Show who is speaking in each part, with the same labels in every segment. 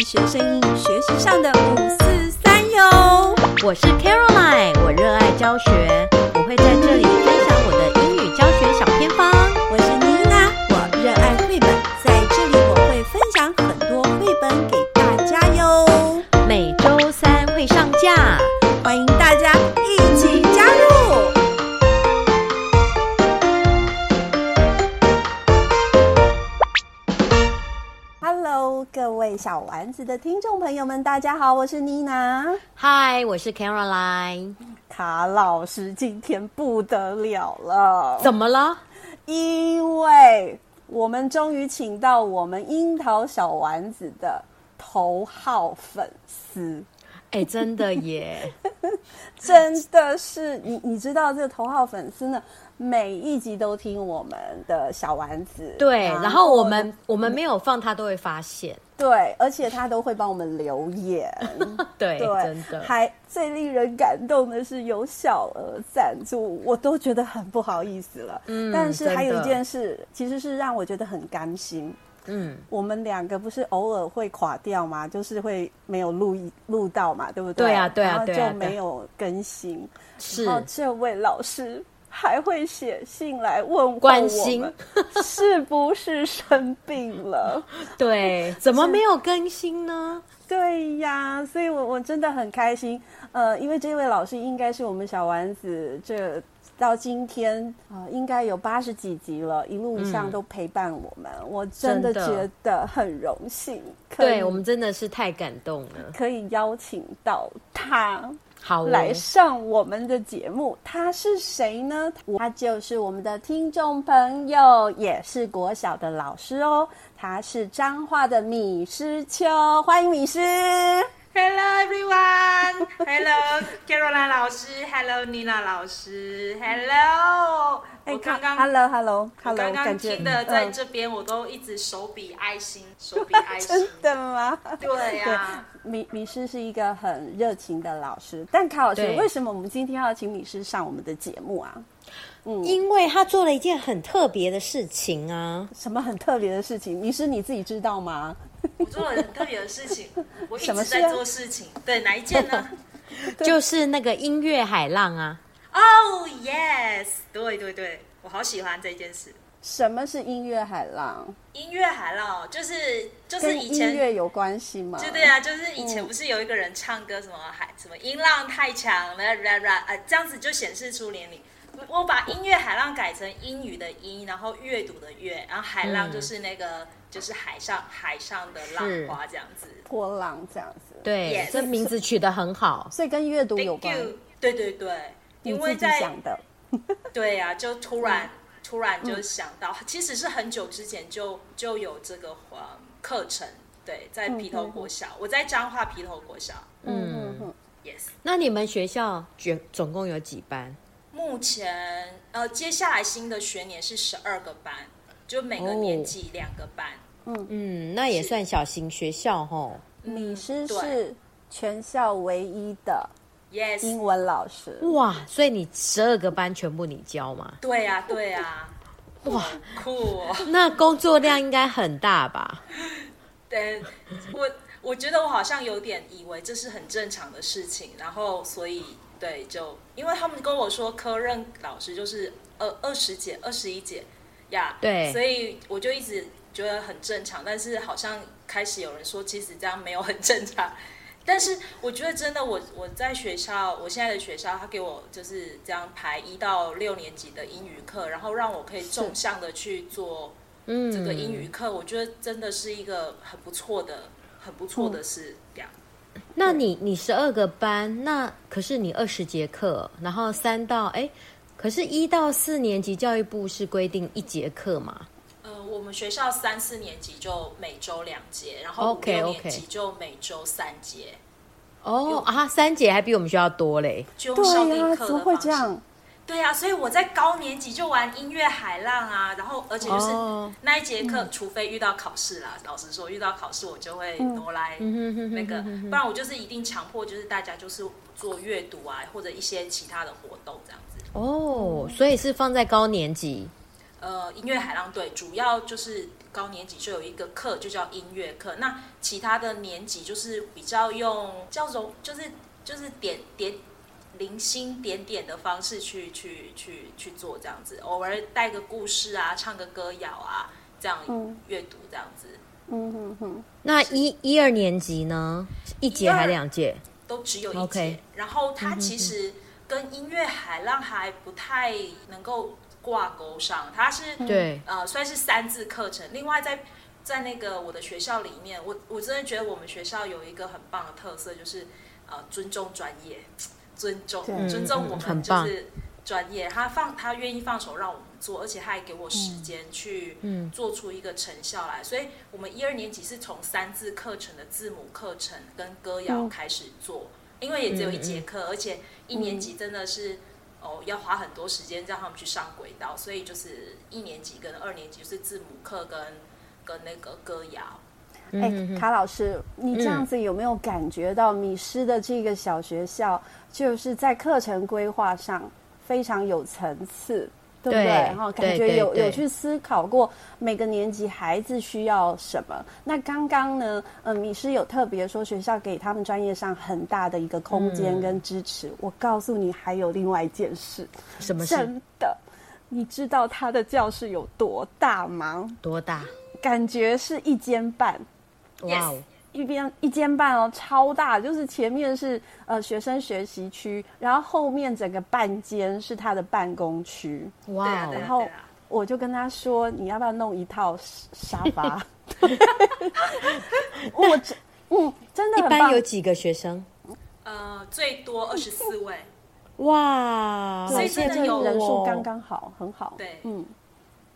Speaker 1: 医学生英语学习上的五四三哟。
Speaker 2: 我是 Caroline，我热爱教学，我会在这里分享我的英语教学小偏方。
Speaker 1: 我是妮娜，我热爱绘本，在这里我会分享很多绘本给大家哟，
Speaker 2: 每周三会上架。
Speaker 1: 欢迎大家一起加入。Hello，各位小丸子的听众朋友们，大家好，我是妮娜。
Speaker 2: 嗨，我是 Caroline，
Speaker 1: 卡老师今天不得了了，
Speaker 2: 怎么了？
Speaker 1: 因为我们终于请到我们樱桃小丸子的头号粉丝，
Speaker 2: 哎、真的耶！
Speaker 1: 真的是你，你知道这个头号粉丝呢，每一集都听我们的小丸子，啊
Speaker 2: 对，然后我们我们没有放，他都会发现。
Speaker 1: 对，而且他都会帮我们留言，
Speaker 2: 对，
Speaker 1: 对，
Speaker 2: 真的。
Speaker 1: 还最令人感动的是有小额赞助，我都觉得很不好意思了。
Speaker 2: 嗯
Speaker 1: 但是还有
Speaker 2: 真
Speaker 1: 一
Speaker 2: 的
Speaker 1: 件事，其实是让我觉得很甘心，
Speaker 2: 嗯，
Speaker 1: 我们两个不是偶尔会垮掉吗？就是会没有录一录到嘛，对不对？
Speaker 2: 对啊对啊
Speaker 1: 然后
Speaker 2: 对啊
Speaker 1: 就没有更新。
Speaker 2: 是
Speaker 1: 然后这位老师还会写信来问候我们
Speaker 2: 关心
Speaker 1: 是不是生病了？
Speaker 2: 对，怎么没有更新呢？
Speaker 1: 对呀，所以我我真的很开心。呃，因为这位老师应该是我们小丸子这。到今天，呃，应该有八十几集了，一路上
Speaker 2: 嗯
Speaker 1: 都陪伴我们，我真的
Speaker 2: 真的
Speaker 1: 觉得很荣幸。可以
Speaker 2: 对我们真的是太感动了。
Speaker 1: 可以邀请到他
Speaker 2: 好、哦，
Speaker 1: 来上我们的节目。他是谁呢？他就是我们的听众朋友，也是国小的老师哦。他是彰化的米诗秋，欢迎米诗。
Speaker 3: Hello everyone, Hello Caroline 老师，Hello Nina 老师，Hello。我
Speaker 1: 哎
Speaker 3: 刚刚
Speaker 1: ，Hello Hello
Speaker 3: 我
Speaker 1: Hello，
Speaker 3: 刚刚
Speaker 1: 感觉
Speaker 3: 听的，在
Speaker 1: 嗯
Speaker 3: 这边我都一直手比爱心，手比爱心
Speaker 1: 真。的吗？
Speaker 3: 对啊呀，
Speaker 1: 米米诗是一个很热情的老师，但卡老师，
Speaker 2: 对
Speaker 1: 为什么我们今天要请米诗上我们的节目啊？
Speaker 2: 因为他做了一件很特别的事情啊。
Speaker 1: 什么很特别的事情？米诗你自己知道吗？
Speaker 3: 我做了很特别的 事情，我一
Speaker 1: 什么
Speaker 3: 直
Speaker 1: 事啊
Speaker 3: 在做事情。对，哪一件 呢
Speaker 2: 就是那个音乐海浪啊，
Speaker 3: ？Oh yes，对对对，我好喜欢这件事。
Speaker 1: 什么是音乐海浪？
Speaker 3: 音乐海浪哦就是就是
Speaker 1: 跟
Speaker 3: 以
Speaker 1: 音
Speaker 3: 前
Speaker 1: 乐有关系吗？
Speaker 3: 就对啊，就是以
Speaker 1: 嗯
Speaker 3: 前不是有一个人唱歌什么海什么音浪太强了，啦啦啊，这样子就显示出年龄。我我把音乐海浪改成英语的音，然后阅读的阅，然后海浪
Speaker 2: 嗯
Speaker 3: 就是那个、就是海上海上的
Speaker 2: 是
Speaker 3: 浪花这样子。
Speaker 1: 波浪这样子。，
Speaker 2: 对
Speaker 3: Yes
Speaker 2: 这名字取得很 好。
Speaker 1: 所以跟阅读有
Speaker 3: Thank
Speaker 1: 关，
Speaker 3: you，对对对，
Speaker 1: 你
Speaker 3: 因
Speaker 1: 自
Speaker 3: 为
Speaker 1: 己
Speaker 3: 在
Speaker 1: 想的。嗯
Speaker 3: 对呀、就突然、突然就想到，其实是很久之前就就有这个呃课程，对，在皮头国小，我在彰化皮头国小
Speaker 1: 嗯嗯
Speaker 2: 嗯
Speaker 1: 嗯，
Speaker 3: ，yes。
Speaker 2: 那你们学校总总共有几班？
Speaker 3: 目前呃，接下来新的学年是十二个班，就每个年级两个班。
Speaker 2: 嗯，那也算小型学校吼。
Speaker 1: 米诗
Speaker 3: 嗯对
Speaker 1: 是全校唯一的
Speaker 3: Yes，
Speaker 1: 英文老师，
Speaker 3: 哦
Speaker 2: 哇，所以你十二个班全部你教吗？
Speaker 3: 对呀、对呀、
Speaker 2: 哇，
Speaker 3: 酷、哦。
Speaker 2: 那工作量应该很大吧？
Speaker 3: 对， 我我觉得我好像有点以为这是很正常的事情，然后所以对，就因为他们跟我说科任老师就是二二十节、二十一节呀
Speaker 2: 对
Speaker 3: 所以我就一直觉得很正常，但是好像开始有人说其实这样没有很正常。但是我觉得真的我，我在学校，我现在的学校，他给我就是这样排一到六年级的英语课，然后让我可以纵向的去做
Speaker 2: 嗯，
Speaker 3: 这个英语。课，我觉得真的是一个很不错的、很不错
Speaker 1: 嗯
Speaker 3: 的事。这样，
Speaker 2: 那你你十二个班，那可是你二十节课，然后三到哎，可是一到四年级教育部是规定一节课嘛？
Speaker 3: 呃，我们学校三四年级就每周两节，然后五
Speaker 2: OK，
Speaker 3: 六
Speaker 2: OK
Speaker 3: 年级就每周三节，
Speaker 2: 哦啊，三节还比我们学校多嘞。
Speaker 3: 就用校
Speaker 1: 对
Speaker 3: 定
Speaker 1: 呀、怎
Speaker 3: 课的
Speaker 1: 么
Speaker 3: 方式。
Speaker 1: 会这样？
Speaker 3: 对呀、所以我在高年级就玩音乐海浪啊，然后而且就是
Speaker 2: 哦
Speaker 3: 那一节
Speaker 1: 嗯
Speaker 3: 课，除非遇到考试啦，老实说，遇到考试我就会
Speaker 1: 嗯
Speaker 3: 挪来
Speaker 2: 嗯
Speaker 3: 那个，不然我就是一定强迫，就是大家就是做阅读啊，或者一些其他的活动这样子。
Speaker 2: 哦，所以是放在高年级。
Speaker 3: 呃音乐海浪队，主要就是高年级就有一个课就叫音乐课，那其他的年级就是比较用叫做就是就是点点零星点点的方式去去去去做这样子，偶尔带个故事啊，唱个歌谣啊，这样
Speaker 1: 嗯
Speaker 3: 阅读这样子。
Speaker 1: 嗯哼哼，
Speaker 2: 那一一二年级呢？一节还
Speaker 3: 一二
Speaker 2: 两届？
Speaker 3: 都只有一节。
Speaker 2: OK
Speaker 3: 然后它其实跟音乐海浪还不太能够挂钩上，它是
Speaker 2: 对，
Speaker 3: 呃算是三字课程。另外在在那个我的学校里面，我我真的觉得我们学校有一个很棒的特色，就是呃尊重专业，尊重
Speaker 1: 对
Speaker 3: 尊重我
Speaker 2: 嗯嗯很
Speaker 3: 们就
Speaker 2: 棒
Speaker 3: 是专业。他放他愿意放手让我们做，而且他还给我时间去
Speaker 2: 嗯
Speaker 3: 做出一个成效来。所以我们一二年级是从三字课程的字母课程跟歌谣
Speaker 1: 嗯
Speaker 3: 开始做，因为也只有一
Speaker 2: 嗯
Speaker 3: 节课，而且一年级真的是。
Speaker 1: 嗯
Speaker 3: 哦，要花很多时间让他们去上轨道，所以就是一年级跟二年级就是字母课跟跟那个歌谣，
Speaker 2: 嗯
Speaker 1: 哎、
Speaker 2: 嗯嗯嗯
Speaker 1: 卡老师，你这样子有没有感觉到米师的这个小学校，就是在课程规划上非常有层次，对不对？
Speaker 2: 对
Speaker 1: 然后感
Speaker 2: 对
Speaker 1: 觉
Speaker 2: 对
Speaker 1: 有
Speaker 2: 对
Speaker 1: 有去思考过每个年级孩子需要什么。那刚刚呢，呃，米师有特别说学校给他们专业上很大的一个空间
Speaker 2: 嗯
Speaker 1: 跟支持。我告诉你，还有另外一件事，
Speaker 2: 什么是
Speaker 1: 真的，你知道他的教室有多大吗？
Speaker 2: 多大？
Speaker 1: 感觉是一间半。
Speaker 2: 哇哦，
Speaker 1: 一边一间半哦，超大，就是前面是呃学生学习区，然后后面整个半间是他的办公区。
Speaker 3: 对
Speaker 2: 哇
Speaker 3: 啊，
Speaker 2: 哦
Speaker 3: 对啊，
Speaker 1: 然后
Speaker 3: 对啊
Speaker 1: 我就跟他说，你要不要弄一套沙发？ 我真嗯，真的
Speaker 2: 一
Speaker 1: 很
Speaker 2: 般
Speaker 1: 棒
Speaker 2: 有。几个学生？
Speaker 3: 呃，最多二十四位，
Speaker 2: 哇，
Speaker 1: 所
Speaker 2: 好
Speaker 1: 以
Speaker 3: 真
Speaker 2: 羡
Speaker 1: 这
Speaker 3: 的
Speaker 1: 个
Speaker 2: 慕
Speaker 3: 有
Speaker 1: 人数
Speaker 2: 哦
Speaker 1: 刚刚好，很好。
Speaker 3: 对
Speaker 1: 嗯，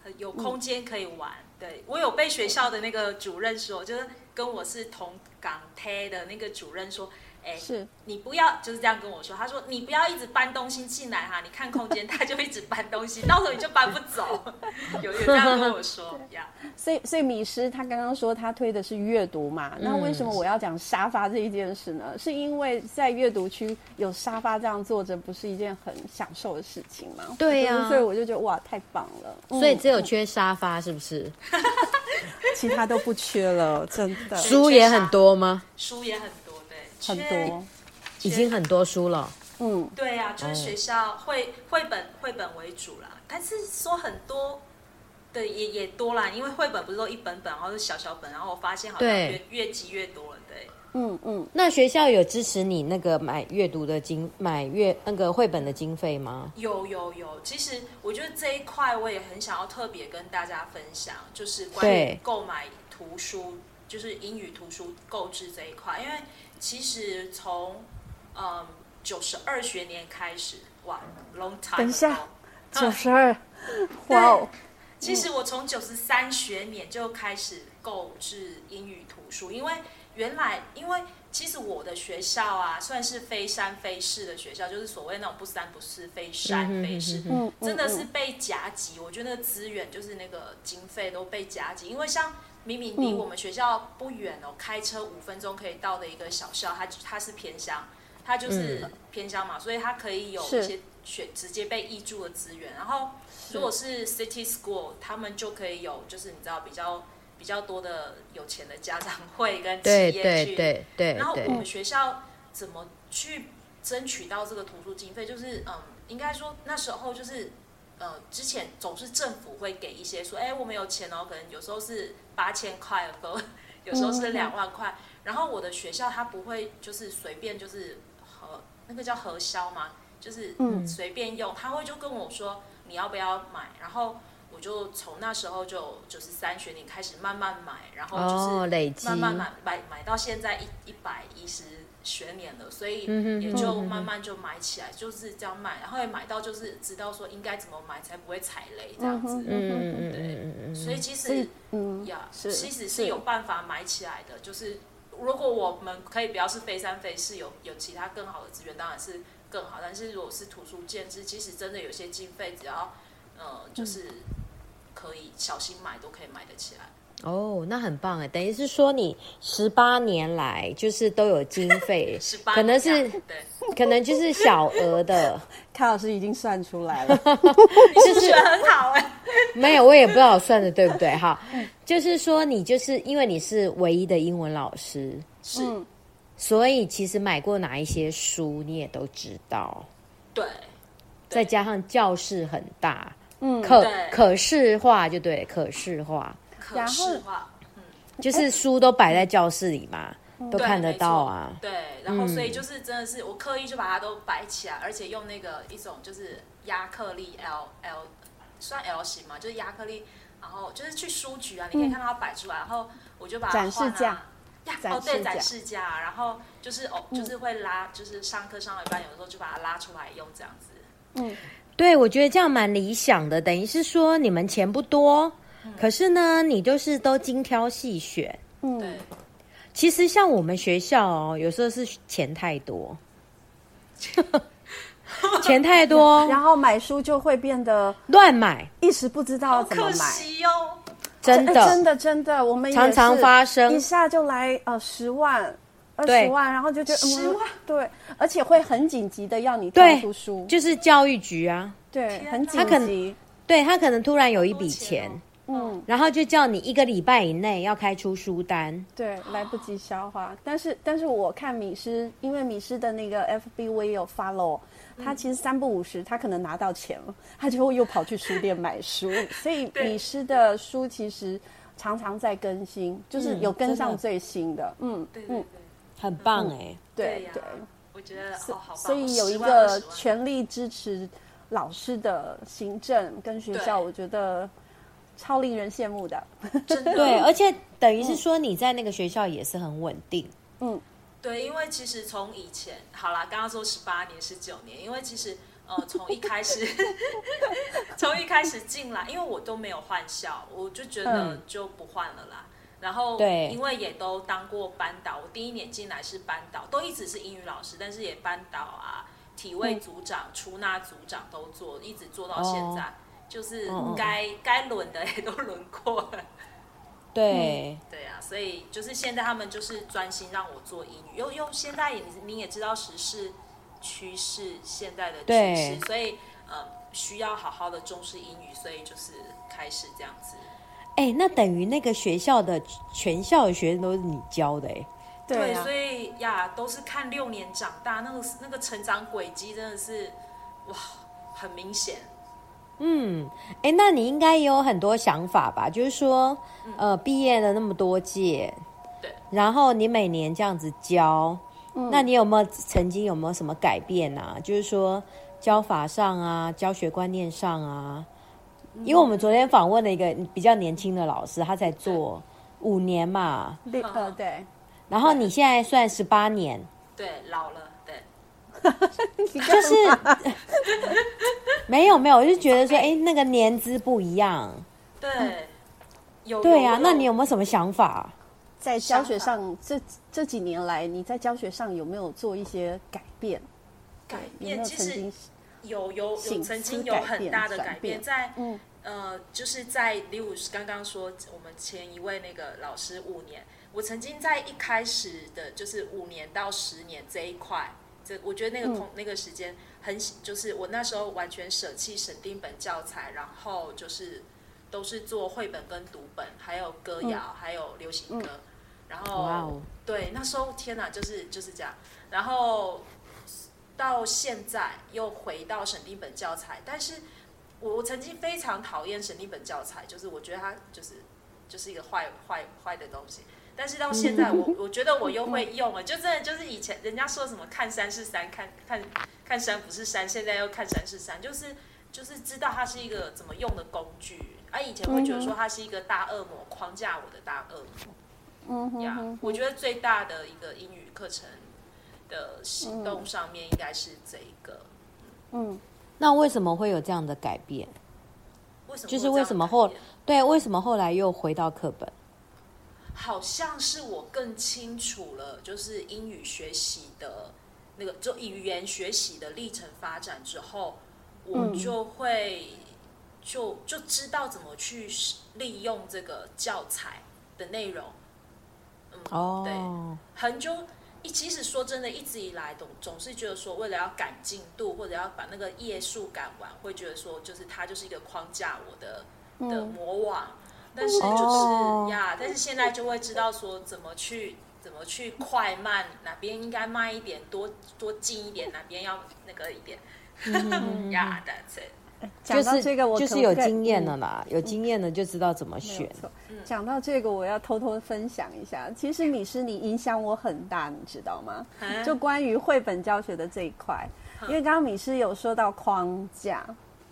Speaker 3: 很有空间可以 玩。对我有被学校的那个主任说，就是跟我是同港台的那个主任说，哎，
Speaker 1: 是
Speaker 3: 你不要就是这样跟我说，他说你不要一直搬东西进来哈，你看空间他就一直搬东西，到时候你就搬不走。有有这样跟我 说呀，
Speaker 1: 所以，所以米师他刚刚说他推的是阅读嘛，那为
Speaker 3: 嗯
Speaker 1: 什么我要讲沙发这一件事呢？是因为在阅读区有沙发这样坐着，不是一件很享受的事情吗？
Speaker 2: 对
Speaker 1: 呀、
Speaker 2: 呀
Speaker 1: 所以我就觉得哇，太棒了。嗯
Speaker 3: 哦
Speaker 2: 所以只有缺沙发是不是？
Speaker 1: 其他都不缺了，真的
Speaker 3: 是
Speaker 2: 书也很多吗？
Speaker 3: 书也很多，对，
Speaker 1: 很
Speaker 3: 缺
Speaker 1: 多。
Speaker 2: 已经很多书了。
Speaker 1: 嗯，
Speaker 3: 对啊，就是学校绘绘本绘本为主啦，但是说很多，对也也多啦，因为绘本不是都一本本，然后是小小本，然后我发现好像越
Speaker 2: 对
Speaker 3: 越积越多了，对，
Speaker 1: 嗯嗯，
Speaker 2: 那学校有支持你那个买阅读的经买阅那个绘本的经费吗？
Speaker 3: 有有有，其实我觉得这一块我也很想要特别跟大家分享，就是关于
Speaker 2: 对
Speaker 3: 购买图书，就是英语图书购置这一块，因为其实从嗯九十二学年开始，哇，long time，
Speaker 1: 等一下
Speaker 3: ago
Speaker 1: 九十二， 哇哦，
Speaker 3: 其实我从九十三学年就开始购置英语图书，因为原来因为其实我的学校啊，算是非山非市的学校，就是所谓那种不三不四、非山非市，
Speaker 1: 嗯，嗯
Speaker 3: 真的是被夹击。我觉得那个资源就是那个经费都被夹击，因为像明明离
Speaker 1: 嗯
Speaker 3: 我们学校不远哦，开车五分钟可以到的一个小校，它它是偏乡，它就是偏乡嘛，所以它可以有
Speaker 1: 是
Speaker 3: 一些选直接被挹注的资源。然后如果是 city school，他们就可以有就是你知道比较比较多的有钱的家长会跟企
Speaker 2: 对
Speaker 3: 业
Speaker 2: 对
Speaker 3: 去
Speaker 2: 对对
Speaker 3: 然后我
Speaker 2: 对，
Speaker 3: 们学校怎么去争取到这个图书经费？就是嗯，应该说那时候就是呃，之前总是政府会给一些说，哎，我们有钱哦，可能有时候是八千块，有时候 有
Speaker 2: 嗯
Speaker 3: 时候是两万块。然后我的学校它不会就是随便就是核那个叫核销嘛，就是
Speaker 1: 嗯
Speaker 3: 随便用，他会就跟我说你要不要买，然后。我就从那时候就就是三学年开始慢慢买，然后就是
Speaker 2: 哦，累积
Speaker 3: 慢慢买买买到现在一一百一十学年了，所以
Speaker 2: 嗯哼
Speaker 3: 也
Speaker 2: 嗯
Speaker 3: 就
Speaker 2: 哼
Speaker 3: 慢慢就买起来，就是这样买，然后也买到就是知道说应该怎么买才不会踩雷这样子。
Speaker 1: 嗯哼
Speaker 2: 嗯嗯嗯嗯嗯嗯，
Speaker 3: 所以其
Speaker 1: 所以
Speaker 3: 实
Speaker 1: 嗯，
Speaker 3: 呀，
Speaker 1: 是
Speaker 3: 其实是有办法买起来的。就是如果我们可以不要是非三非四，有有其他更好的资源，当然是更好。但是如果是图书建制，其实真的有些经费，只要呃
Speaker 2: 嗯
Speaker 3: 就是可以小心买，都可以买得起来。
Speaker 2: 哦，那很棒哎，等于是说你十八年来就是都有经费
Speaker 3: ，十八
Speaker 2: 可能是
Speaker 3: 对
Speaker 2: 可能就是小额的，
Speaker 1: 卡老师已经算出来 了，
Speaker 3: 你数学很好哎、
Speaker 2: 没有，我也不知道我算的对不对哈。就是说，你就是因为你是唯一的英文老师，
Speaker 3: 是、
Speaker 1: 嗯
Speaker 2: 所以其实买过哪一些书你也都知道，
Speaker 3: 对，
Speaker 2: 再加上教室很大，
Speaker 1: 嗯，
Speaker 2: 可
Speaker 3: 对
Speaker 2: 可视化就对，可视化
Speaker 3: 可视化。
Speaker 2: 就是书都摆在教室里嘛，都
Speaker 3: 哎对
Speaker 2: 看得
Speaker 3: 没
Speaker 2: 到
Speaker 3: 错
Speaker 2: 啊。
Speaker 3: 对，然后所以就是真的是我刻意就把它都摆起来，而且用那个一种就是亚克力 L L 算 L 型嘛，就是亚克力，然后就是去书局啊，你可以看到它摆出来，然后我就把它
Speaker 1: 嗯展示
Speaker 3: 换啊
Speaker 1: 架。
Speaker 3: 呀
Speaker 1: 展
Speaker 3: 哦，对，
Speaker 1: 示架嗯
Speaker 3: 展示架，然后就是哦，就是会拉，就是上课上到一半，有的时候就把它拉出来用这样子。
Speaker 2: 对，我觉得这样蛮理想的，等于是说你们钱不多，可是呢，你就是都精挑细选。
Speaker 1: 嗯
Speaker 3: 对，，
Speaker 2: 其实像我们学校哦，有时候是钱太多，钱太多
Speaker 1: 然后买书就会变得
Speaker 2: 乱买，
Speaker 1: 一时不知道
Speaker 3: 好
Speaker 1: 要怎么
Speaker 3: 可
Speaker 1: 买。
Speaker 3: 惜哦。
Speaker 2: 真的
Speaker 1: 哎真的真的，我们也
Speaker 2: 常常
Speaker 1: 是
Speaker 2: 发生
Speaker 1: 一下就来呃十万、二
Speaker 2: 对
Speaker 1: 十万，然后就觉得
Speaker 3: 10
Speaker 1: 嗯
Speaker 3: 万
Speaker 1: 对，而且会很紧急的要你
Speaker 2: 对
Speaker 1: 跳出书，
Speaker 2: 就是教育局啊，
Speaker 1: 对，
Speaker 3: 天
Speaker 1: 很
Speaker 3: 哪
Speaker 1: 紧
Speaker 3: 他
Speaker 2: 可能
Speaker 1: 急，
Speaker 2: 对他可能突然有一
Speaker 3: 多
Speaker 2: 笔
Speaker 3: 钱
Speaker 2: 钱
Speaker 3: 哦，
Speaker 1: 嗯，
Speaker 2: 然后就叫你一个礼拜以内要开出书单，
Speaker 1: 对，来不及消化。但是但是我看米师，因为米师的那个 FB 我也有 follow。他
Speaker 3: 嗯
Speaker 1: 其实三不五十，他可能拿到钱了， 他就会又跑去书店买书。 所以
Speaker 3: 对
Speaker 1: 米师的书其实常常在更新，就是
Speaker 2: 嗯
Speaker 1: 有跟
Speaker 2: 真的
Speaker 1: 上最新的。嗯，
Speaker 3: 对对
Speaker 1: 嗯
Speaker 3: 对，
Speaker 2: 很棒哎、
Speaker 1: 对
Speaker 3: 哦呀、
Speaker 1: 嗯对。
Speaker 3: 我觉得哦，好棒哦，
Speaker 1: 所以有一
Speaker 3: 10万20
Speaker 1: 个
Speaker 3: 万
Speaker 1: 全力支持老师的行政跟学校，
Speaker 3: 对
Speaker 1: 我觉得超令人羡慕的。
Speaker 3: 真的
Speaker 2: 对，而且等于是说你在那个学校也是很稳定，
Speaker 3: 对，因为其实从以前，好啦，刚刚说十八年、十九年，因为其实呃，从一开始， 从一开始进来，因为我都没有换校，我就觉得
Speaker 2: 嗯
Speaker 3: 就不换了啦。然后，
Speaker 2: 对
Speaker 3: 因为也都当过班导，我第一年进来是班导，都一直是英语老师，但是也班导啊、体位组长、出纳组长都做，一直做到现
Speaker 2: 嗯哦
Speaker 3: 在，就是
Speaker 2: 嗯嗯
Speaker 3: 该该轮的也都轮过了。
Speaker 2: 对。
Speaker 3: 对啊，所以就是现在他们就是专心让我做英语，又又现在也你也知道时事趋势，现在的趋
Speaker 2: 对
Speaker 3: 势，所以呃需要好好的重视英语，所以就是开始这样子。
Speaker 2: 哎、那等于那个学校的全校的学生都是你教的哎、
Speaker 1: 对啊
Speaker 3: 所，以呀，都是看六年长大，那个那个成长轨迹真的是哇，很明显。
Speaker 2: 嗯，哎、那你应该也有很多想法吧？就是说，呃，毕业了那么多届，
Speaker 3: 对，
Speaker 2: 然后你每年这样子教，那你有没有曾经有没有什么改变啊？就是说教法上啊，教学观念上啊，因为我们昨天访问了一个比较年轻的老师，他才做五年嘛，
Speaker 1: 对呃，
Speaker 3: 嗯
Speaker 1: 对，
Speaker 2: 然后你现在算十八年，
Speaker 3: 对，老了，对，
Speaker 2: 就是没有没有，我就觉得说，哎、那个年资不一样，
Speaker 1: 嗯
Speaker 3: 对，有
Speaker 2: 对啊，
Speaker 3: 有
Speaker 2: 那你有没有什么想法？
Speaker 1: 在
Speaker 3: 想
Speaker 1: 教学
Speaker 3: 法
Speaker 1: 上这这几年来，你在教学上有没有做一些改变？
Speaker 3: 改
Speaker 1: 有没
Speaker 3: 变？
Speaker 1: 有曾
Speaker 3: 其实
Speaker 1: 经
Speaker 3: 有有有
Speaker 1: 醒
Speaker 3: 曾经
Speaker 1: 思
Speaker 3: 有
Speaker 1: 改
Speaker 3: 很
Speaker 1: 变
Speaker 3: 大的
Speaker 1: 转
Speaker 3: 改变，
Speaker 1: 变
Speaker 3: 在
Speaker 1: 嗯
Speaker 3: 呃，就是在例如刚刚说我们前一位那个老师五年，我曾经在一开始的就是五年到十年这一块，这我觉得那个
Speaker 1: 嗯
Speaker 3: 空、那个时间很就是我那时候完全舍弃审定本教材，然后就是都是做绘本跟读本，还有歌
Speaker 1: 嗯
Speaker 3: 谣，还有流行歌，然后
Speaker 2: 哇哦
Speaker 3: 对那时候天哪，就是就是这样，然后到现在又回到审定本教材，但是我我曾经非常讨厌审定本教材，就是我觉得它就是就是一个坏坏坏的东西。但是到现在我，我觉得我又会用了，就真的就是以前人家说什么看山是山，看看看山不是山，现在又看山是山，就是就是知道它是一个怎么用的工具。啊，以前会觉得说它是一个大恶魔，框架我的大恶魔
Speaker 1: 嗯哼
Speaker 3: 呀。
Speaker 1: 哼，
Speaker 3: 我觉得最大的一个英语课程的
Speaker 2: 嗯
Speaker 3: 行动上面应该是这一个。
Speaker 1: 嗯，
Speaker 2: 那为什么会有这样的改变？
Speaker 3: 为什么会
Speaker 2: 就是
Speaker 3: 这样
Speaker 2: 为什么
Speaker 3: 改
Speaker 2: 后
Speaker 3: 变
Speaker 2: 对为什么后来又回到课本？
Speaker 3: 好像是我更清楚了，就是英语学习的那个，就语言学习的历程发展之后，
Speaker 2: 嗯
Speaker 3: 我就会、就就知道怎么去利用这个教材的内容。嗯，对，
Speaker 2: 哦，
Speaker 3: 很久一其实说真的，一直以来总总是觉得说，为了要赶进度或者要把那个页数赶完，会觉得说，就是它就是一个框架我的
Speaker 1: 嗯
Speaker 3: 的魔网。但是就是、
Speaker 2: 哦
Speaker 3: 呀，但是现在就会知道说怎么去怎么去快慢，哪边应该慢一点，多多近一点，哪边要那个一点。
Speaker 1: 嗯
Speaker 3: 呀，That's it。
Speaker 2: 就
Speaker 1: 讲到
Speaker 2: 是
Speaker 1: 这个我可
Speaker 2: 就
Speaker 1: 不可
Speaker 2: 是
Speaker 1: 以，
Speaker 2: 有经
Speaker 1: 嗯
Speaker 2: 验了啦，有经验的就知道怎么
Speaker 1: 没
Speaker 2: 选
Speaker 1: 有。错。
Speaker 3: 嗯
Speaker 1: 讲到这个，我要偷偷分享一下。其实米诗你影响我很大，你知道吗？
Speaker 3: 啊
Speaker 1: 就关于绘本教学的这一块，因为刚刚米诗有说到框架。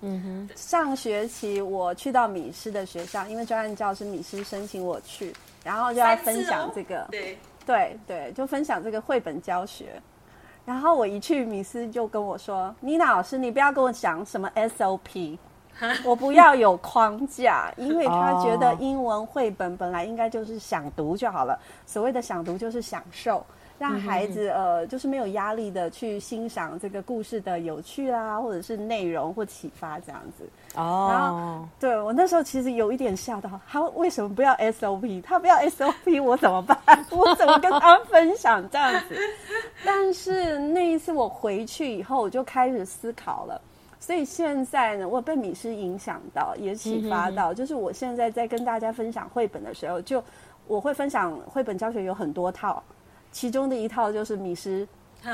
Speaker 2: 嗯哼，
Speaker 1: 上学期我去到米诗的学校，因为专案教师米诗申请我去，然后就要
Speaker 3: 三次
Speaker 1: 分享
Speaker 3: 哦
Speaker 1: 这个，
Speaker 3: 对，
Speaker 1: 对对，就分享这个绘本教学。然后我一去，米斯就跟我说：“妮娜老师，你不要跟我讲什么 SOP，我不要有框架，因为他觉得
Speaker 2: 哦
Speaker 1: 英文绘本本来应该就是想读就好了。所谓的想读就是享受，让孩子呃就是没有压力的去欣赏这个故事的有趣啦，或者是内容或启发这样子。
Speaker 2: 哦，
Speaker 1: 对我那时候其实有一点吓到，他为什么不要 SOP？他不要 SOP，我怎么办？我怎么跟他分享这样子？ 但是那一次我回去以后，我就开始思考了。所以现在呢，我被米诗影响到，也启发到，就是我现在在跟大家分享绘本的时候，就我会分享绘本教学有很多套，其中的一套就是米诗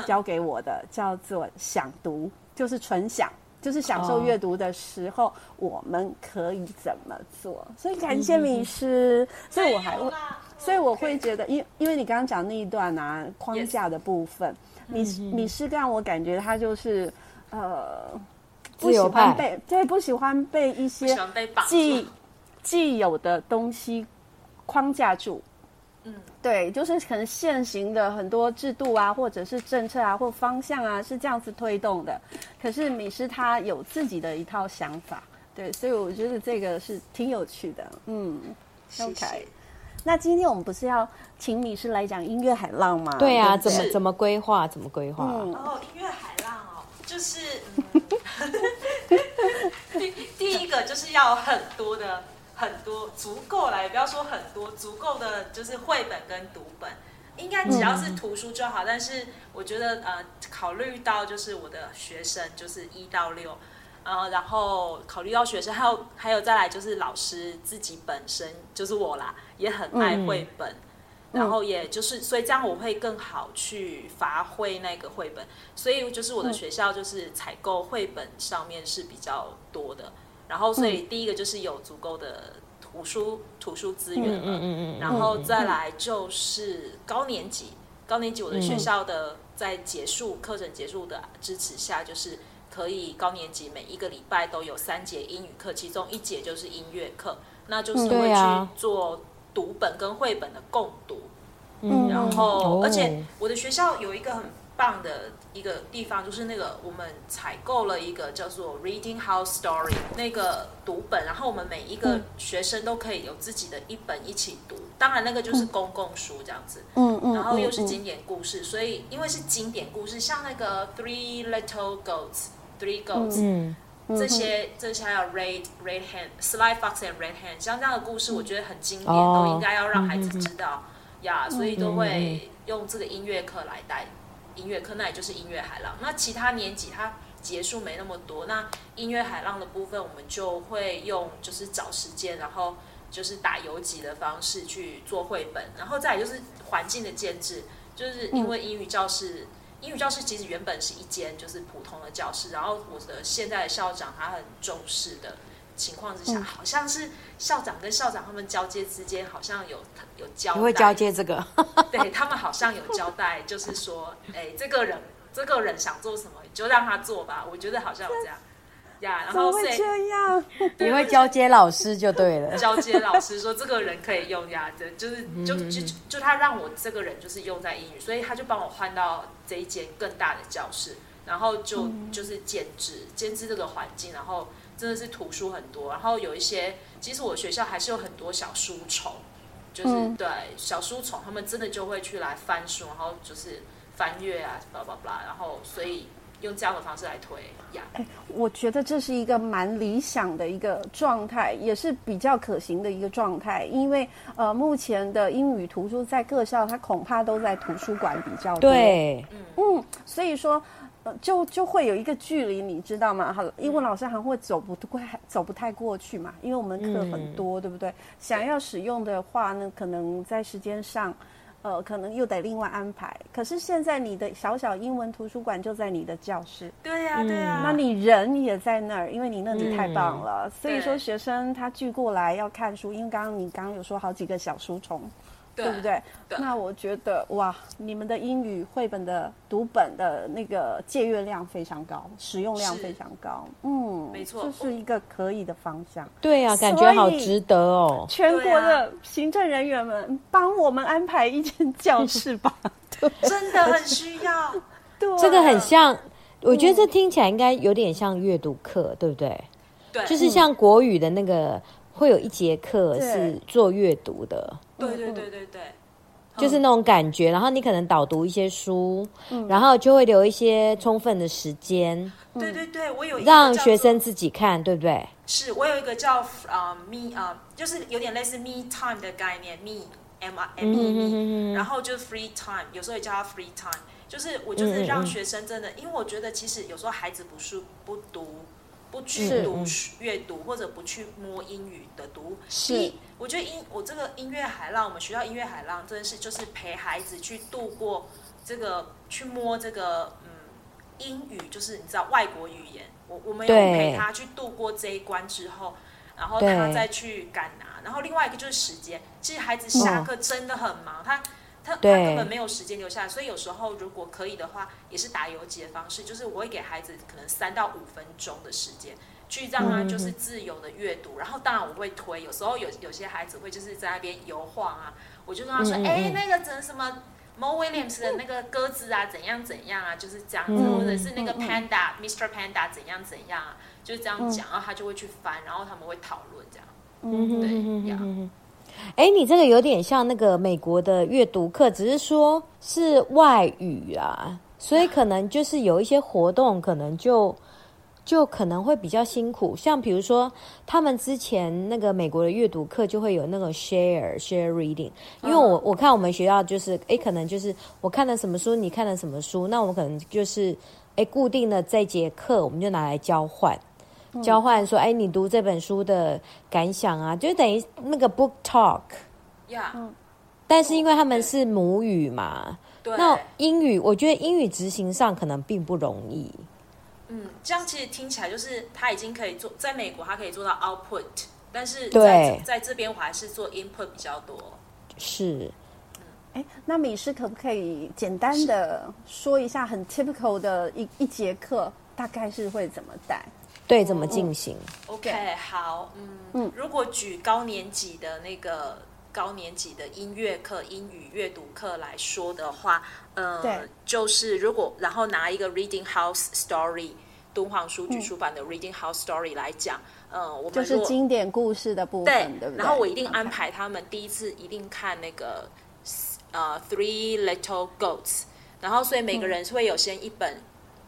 Speaker 1: 教给我的，叫做想读，就是纯想，就是享受
Speaker 2: 哦
Speaker 1: 阅读的时候，我们可以怎么做？所以感谢米诗，所以我还会。所以我会觉得，因因为你刚刚讲那一段啊，框
Speaker 3: Yes
Speaker 1: 架的部分，米米诗让我感觉他就是呃，不
Speaker 2: 自
Speaker 1: 喜
Speaker 2: 由
Speaker 1: 欢
Speaker 2: 派，
Speaker 1: 被对不喜欢被一些
Speaker 3: 喜欢被绑
Speaker 1: 既
Speaker 3: 住。
Speaker 1: 既有的东西框架住。
Speaker 3: 嗯，
Speaker 1: 对，就是可能现行的很多制度啊，或者是政策啊，或方向啊，是这样子推动的。可是米诗他有自己的一套想法，对，所以我觉得这个是挺有趣的。嗯
Speaker 3: 谢谢
Speaker 1: ，OK。那今天我们不是要请米诗来讲音乐海浪吗？
Speaker 2: 对啊，
Speaker 1: 不
Speaker 2: 怎么
Speaker 3: 是
Speaker 2: 怎么规划，怎么规划？
Speaker 1: 嗯
Speaker 3: 哦，音乐海浪哦，就是、嗯、 第第一个就是要很多的很多足够啦，也不要说很多，足够的就是绘本跟读本，应该只要是图书就好。但是我觉得呃，考虑到就是我的学生就是一到六。呃，然后考虑到学生，还有还有再来就是老师自己本身就是我啦，也很爱绘本，然后也就是，所以这样我会更好去发挥那个绘本。所以就是
Speaker 2: 嗯
Speaker 3: 我的学校就是采购绘本上面是比较多的，然后所以第一
Speaker 2: 嗯
Speaker 3: 个就是有足够的图书图书资源了，
Speaker 2: 嗯嗯嗯嗯
Speaker 3: 然后再来就是高年级，高年级
Speaker 2: 嗯
Speaker 3: 我的学校的在结束课程结束的支持下，就是可以高年级每一个礼拜都有三节英语课，其中一节就是音乐课，那就是
Speaker 2: 对
Speaker 3: 会去
Speaker 2: 啊
Speaker 3: 做读本跟绘本的共读。
Speaker 2: 嗯
Speaker 3: 然后
Speaker 2: 哦，
Speaker 3: 而且我的学校有一个很棒的一个地方，就是那个我们采购了一个叫做 Reading House Story 那个读本，然后我们每一
Speaker 1: 嗯
Speaker 3: 个学生都可以有自己的一本一起读，当然那个就是公共书这样子。
Speaker 1: 嗯嗯，
Speaker 3: 然后又是
Speaker 1: 嗯
Speaker 3: 经典故事，所以因为是经典故事，像那个 Three Little Goats、Three Goats，、
Speaker 2: 嗯，
Speaker 1: 嗯
Speaker 3: 这些这些还有 Red Red Hand、Sly Fox and Red Hand，像这样的故
Speaker 1: 嗯
Speaker 3: 事，我觉得很经典，
Speaker 2: 哦
Speaker 3: 都应该要让孩子知道呀，所以
Speaker 1: 嗯
Speaker 3: 都会用这个音乐课来带音乐课，那也就是音乐海浪。那其他年级它结束没那么多，那音乐海浪的部分，我们就会用就是找时间，然后就是打游击的方式去做绘本，然后再来就是环境的建制，就是因为英语教室。英语教室其实原本是一间就是普通的教室，然后我的现在的校长他很重视的情况之
Speaker 1: 嗯
Speaker 3: 下，好像是校长跟校长他们交接之间好像有有交
Speaker 2: 你会
Speaker 3: 代
Speaker 2: 交接 这个？
Speaker 3: 对他们好像有交代，就是说，哎，这个人这个人想做什么你就让他做吧，我觉得好像有这样呀，然
Speaker 1: 怎么
Speaker 3: 后
Speaker 1: 会
Speaker 3: 所以
Speaker 1: 这样？
Speaker 2: 你会交接老师就对了。
Speaker 3: 交接老师说这个人可以用呀，这就是
Speaker 1: 嗯
Speaker 3: 就就就就他让我这个人就是用在英语，所以他就帮我换到这一间更大的教室，然后就
Speaker 1: 嗯
Speaker 3: 就是兼职兼职这个环境，然后真的是图书很多，然后有一些其实我学校还是有很多小书虫，就是、
Speaker 1: 嗯
Speaker 3: 对小书虫他们真的就会去来翻书，然后就是翻阅啊，巴拉巴拉，然后所以用这样的方式来推呀。
Speaker 1: 我觉得这是一个蛮理想的一个状态，也是比较可行的一个状态，因为呃，目前的英语图书在各校，它恐怕都在图书馆比较多。，
Speaker 2: 对，
Speaker 1: 嗯，所以说。呃，就就会有一个距离，你知道吗？好了，英文老师还会走不过，走不太过去嘛，因为我们课很多，对不对？想要使用的话呢，可能在时间上，呃，可能又得另外安排。可是现在你的小小英文图书馆就在你的教室，
Speaker 3: 对呀、对呀、
Speaker 1: 那你人也在那儿，因为你那里太棒了，所以说
Speaker 3: 嗯对
Speaker 1: 学生他聚过来要看书，因为刚刚你刚刚有说好几个小书虫，
Speaker 3: 对
Speaker 1: 对不？对？
Speaker 3: 对
Speaker 1: 那我觉得哇，你们的英语绘本的读本的那个借阅量非常高，使用量
Speaker 3: 是
Speaker 1: 非常高，嗯，
Speaker 3: 没错
Speaker 1: 这是一个可以的方向。
Speaker 2: 对啊，感觉好值得哦。
Speaker 1: 全国
Speaker 3: 对啊
Speaker 1: 的行政人员们，帮我们安排一间教室 吧。
Speaker 3: 真的很需 要。
Speaker 1: 对，
Speaker 2: 这个很
Speaker 3: 啊
Speaker 2: 像，我觉得这听起来应该有点像阅读课，对不对？
Speaker 3: 对，
Speaker 2: 就是像国语的那个，会有一节课
Speaker 1: 对
Speaker 2: 是做阅读的，
Speaker 3: 对对对对对，
Speaker 2: 就是那种感觉。然后你可能导读一些书，
Speaker 3: 嗯
Speaker 2: 然后就会留一些充分的时间
Speaker 3: 对对对，我有一
Speaker 2: 嗯
Speaker 3: 个
Speaker 2: 让
Speaker 3: 叫
Speaker 2: 学
Speaker 3: 做
Speaker 2: 生自己看，对不对？
Speaker 3: 是我有一个叫啊、呃 me 啊、就是有点类似 me time 的概念，me m i m
Speaker 2: 嗯
Speaker 3: e me，、
Speaker 2: 嗯嗯
Speaker 3: 然后就是 free time，有时候也叫它 free time，就是我就是
Speaker 2: 嗯嗯
Speaker 3: 让
Speaker 2: 嗯
Speaker 3: 学生真的，因为我觉得其实有时候孩子不是不读。不去
Speaker 1: 是
Speaker 3: 读
Speaker 2: 嗯
Speaker 3: 书阅读，或者不去摸英语的读，
Speaker 1: 是
Speaker 3: 一我觉得音我这个音乐海浪，我们学校音乐海浪真的是就是陪孩子去度过这个，去摸这个嗯英语，就是你知道外国语言，我我们有
Speaker 2: 对
Speaker 3: 陪他去度过这一关之后，然后
Speaker 2: 对
Speaker 3: 他再去赶拿，然后另外一个就是时间，其实孩子下课真的很忙，他。他他
Speaker 2: 对
Speaker 3: 根本没有时间留下来，所以有时候如果可以的话，也是打游击的方式，就是我会给孩子可能三到五分钟的时间，去让
Speaker 2: 嗯
Speaker 3: 他就是自由的阅读。然后当然我会推，有时候有有些孩子会就是在那边游晃啊，我就跟他说，
Speaker 2: 嗯嗯
Speaker 3: 哎、
Speaker 2: 嗯
Speaker 3: 那个怎什么 Mo Williams 的那个鸽子啊，怎样怎样啊，就是这样子，
Speaker 2: 嗯
Speaker 3: 或者是那个
Speaker 1: 嗯嗯
Speaker 3: Panda、Mr. Panda 怎样怎样啊，就是这样讲，然后他就会去翻，然后他们会讨论这样。
Speaker 2: 嗯
Speaker 3: 对
Speaker 2: 嗯嗯
Speaker 3: 呀
Speaker 2: 嗯嗯哎，你这个有点像那个美国的阅读课，只是说是外语啊，所以可能就是有一些活动，可能就就可能会比较辛苦。像比如说，他们之前那个美国的阅读课就会有那种 share share reading，因为我我看我们学校就是，哎，可能就是我看了什么书，你看了什么书，那我们可能就是，哎，固定的这节课我们就拿来交换。交换说，哎，你读这本书的感想啊，就等于那个 book talk。
Speaker 3: 呀、
Speaker 2: 嗯但是因为他们是母语嘛，
Speaker 3: 对，
Speaker 2: 那英语，我觉得英语执行上可能并不容易。
Speaker 3: 嗯，这样其实听起来就是他已经可以做，在美国他可以做到 output，但是在
Speaker 2: 对
Speaker 3: 在这边我还是做 input 比较多。
Speaker 2: 是，
Speaker 1: 哎，那米师可不可以简单的说一下很 typical 的一一节课大概是会怎么带？
Speaker 2: 对，怎么进行？
Speaker 3: OK，好，嗯
Speaker 1: 嗯
Speaker 3: 如果举高年级的那个高年级的音乐课、英语阅读课来说的话，呃
Speaker 1: 对，
Speaker 3: 就是如果然后拿一个 Reading House Story 敦煌书局出版的 Reading House Story 来讲，呃，我们
Speaker 1: 就是
Speaker 3: 如果
Speaker 1: 经典故事的部
Speaker 3: 对
Speaker 1: 分，对，不对？
Speaker 3: 然后我一定安排他们第一次一定看那个呃 Three Little Goats，然后所以每个人是会有先一本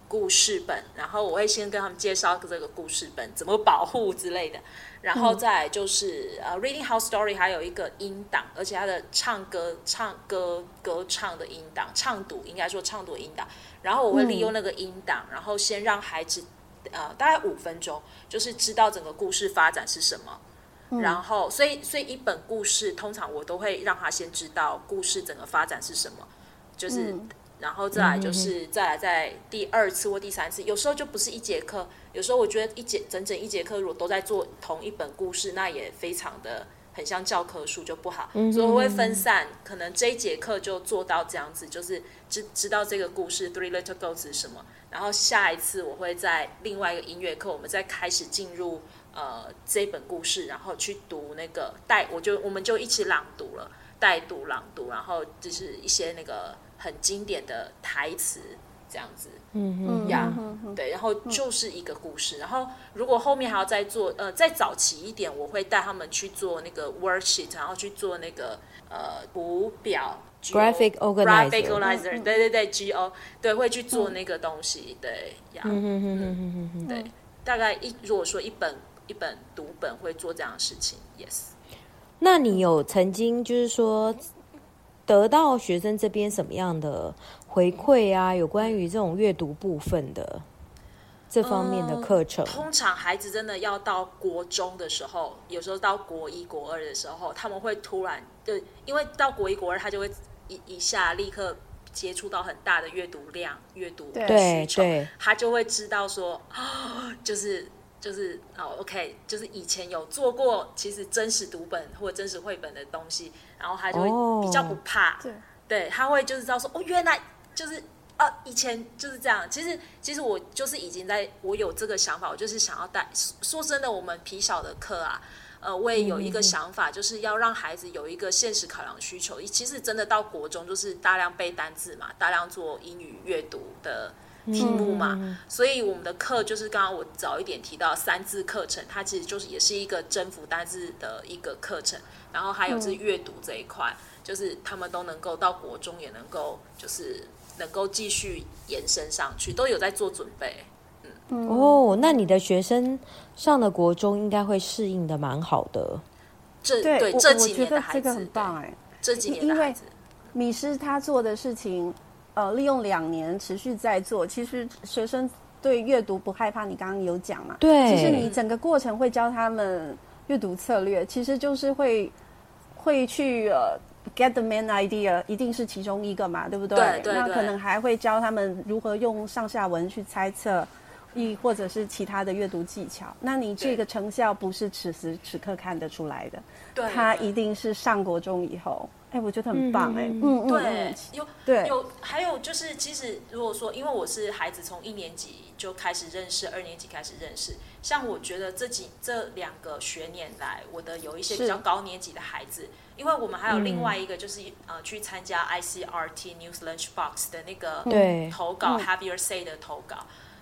Speaker 3: 故事本，然后我会先跟他们介绍这个故事本怎么保护之类的，然
Speaker 1: 嗯
Speaker 3: 后再来就是、呃 Reading House Story 还有一个音档，而且它的唱歌唱歌歌唱的音档，唱读应该说唱读音档，然后我会
Speaker 1: 嗯
Speaker 3: 利用那个音档，然后先让孩子。呃，大概五分钟，就是知道整个故事发展是什么，然后，所以，所以一本故事，通常我都会让他先知道故事整个发展是什么，就是，
Speaker 1: 嗯
Speaker 3: 然后再来就是、再来在第二次或第三次，有时候就不是一节课，有时候我觉得一节整整一节课如果都在做同一本故事，那也非常的很像教科书就不好，所以我会分散，可能这一节课就做到这样子，就是知知道这个故事 Three Little Goats 是什么，然后下一次我会在另外一个音乐课，我们再开始进入呃这本故事，然后去读那个带，我就我们就一起朗读了，带读朗读，然后就是一些那个很经典的台词，这样子。
Speaker 2: 嗯
Speaker 1: 嗯
Speaker 2: 嗯，
Speaker 3: 呀
Speaker 1: 嗯嗯
Speaker 3: 对，然后就是一个故事。然后如果后面还要再做，呃，再早期一点，我会带他们去做那个 worksheet，然后去做那个呃图表。GO
Speaker 2: Graphic organizer 嗯
Speaker 3: graphic organizer，对对对，GO，对，会去做那个东西，对呀，
Speaker 2: 嗯嗯嗯嗯嗯，
Speaker 3: 对，大概一如果说一本一本读本会做这样的事情，yes，
Speaker 2: 那你有曾经就是说得到学生这边什么样的回馈啊？有关于这种阅读部分的这方面的呃课程？
Speaker 3: 通常孩子真的要到国中的时候，有时候到国一、国二的时候，他们会突然对，因为到国一、国二，他就会一一下立刻接触到很大的阅读量、阅读
Speaker 1: 对
Speaker 3: 需
Speaker 2: 对
Speaker 3: 求，
Speaker 2: 对，
Speaker 3: 他就会知道说，啊，就是就是哦，OK，就是以前有做过其实真实读本或者真实绘本的东西，然后他就
Speaker 2: 哦
Speaker 3: 会比较不怕，
Speaker 1: 对
Speaker 3: 对，他会就是知道说，哦，原来就是啊，以前就是这样。其实其实我就是已经在我有这个想法，我就是想要带。说说真的，我们皮小的课啊。呃，我也有一个想法，就是要让孩子有一个现实考量需求。其实真的到国中，就是大量背单字嘛，大量做英语阅读的题目嘛。
Speaker 2: 嗯
Speaker 3: 所以我们的课就是刚刚我早一点提到三字课程，它其实就是也是一个征服单字的一个课程，然后还有是阅读这一块，就是他们都能够到国中也能够就是能够继续延伸上去，都有在做准备。
Speaker 2: 哦，那你的学生上了国中应该会适应的蛮好的。
Speaker 3: 这
Speaker 1: 对，我
Speaker 3: 这
Speaker 1: 我
Speaker 3: 几
Speaker 1: 觉
Speaker 3: 年
Speaker 1: 得
Speaker 3: 的孩
Speaker 1: 这
Speaker 3: 子，
Speaker 1: 个很棒哎、
Speaker 3: 对这几年
Speaker 1: 因
Speaker 3: 的
Speaker 1: 为
Speaker 3: 孩子，
Speaker 1: 米师他做的事情，呃，利用两年持续在做，其实学生对阅读不害怕，你刚刚有讲嘛？
Speaker 2: 对
Speaker 3: 哎
Speaker 1: 其实你整个过程会教他们阅读策略，其实就是会会去呃。Get the main idea 一定是其中一个嘛，对不对？
Speaker 3: 对对
Speaker 1: 那
Speaker 3: 对
Speaker 1: 可能还会教他们如何用上下文去猜测，亦或者是其他的阅读技巧。那你这
Speaker 3: 对
Speaker 1: 个成效不是此时此刻看得出来的，
Speaker 3: 对
Speaker 1: 他
Speaker 3: 对
Speaker 1: 一定是上国中以后，哎，我觉得很棒哎，
Speaker 2: 嗯
Speaker 1: 嗯嗯，
Speaker 3: 对
Speaker 1: 嗯，
Speaker 3: 有
Speaker 1: 对
Speaker 3: 有，还有就是，其实如果说，因为我是孩子从一年级就开始认识，二年级开始认识，像我觉得这几这两个学年来，我的有一些
Speaker 1: 是嗯
Speaker 3: 比较高年级的孩子，因为我们还有另外一个就是、呃去参加 ICRT News Lunchbox 的那个
Speaker 2: 对
Speaker 3: 投稿、
Speaker 1: 嗯
Speaker 3: Have Your Say 的投稿。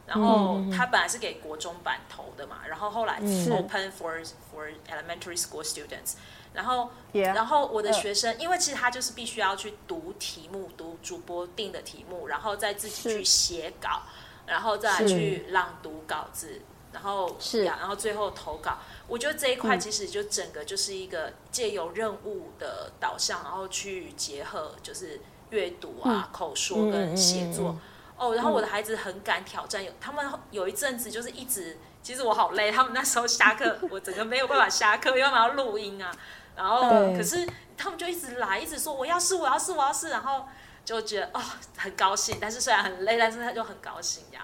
Speaker 3: 然后他本来是给国中版投的嘛，然后后来
Speaker 1: 是
Speaker 3: open for for elementary school students，然后
Speaker 1: Yeah
Speaker 3: 然后我的
Speaker 1: 嗯
Speaker 3: 学生，因为其实他就是必须要去读题目，读主播定的题目，然后再自己
Speaker 1: 是
Speaker 3: 去写稿，然后再来
Speaker 2: 是
Speaker 3: 去朗读稿子，然后
Speaker 1: 是
Speaker 3: 呀然后最后投稿。我觉得这一
Speaker 2: 嗯
Speaker 3: 块其实就整个就是一个借由任务的导向，然后去结合就是阅读啊、口说
Speaker 2: 嗯嗯
Speaker 3: 跟
Speaker 2: 嗯
Speaker 3: 写作。
Speaker 2: 嗯
Speaker 3: 哦，然后我的孩子很敢挑战，有他们有一阵子就是一直，其实我好累，他们那时候 下课，我整个没有办法下课，因为他们要录音啊，然后
Speaker 2: 对
Speaker 3: 可是他们就一直来，一直说我要试，我要试，我要试，然后就觉得哦很高兴，但是虽然很累，但是他就很高兴呀、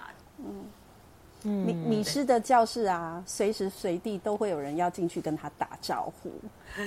Speaker 1: 米米师的教室啊，随时随地都会有人要进去跟他打招 呼，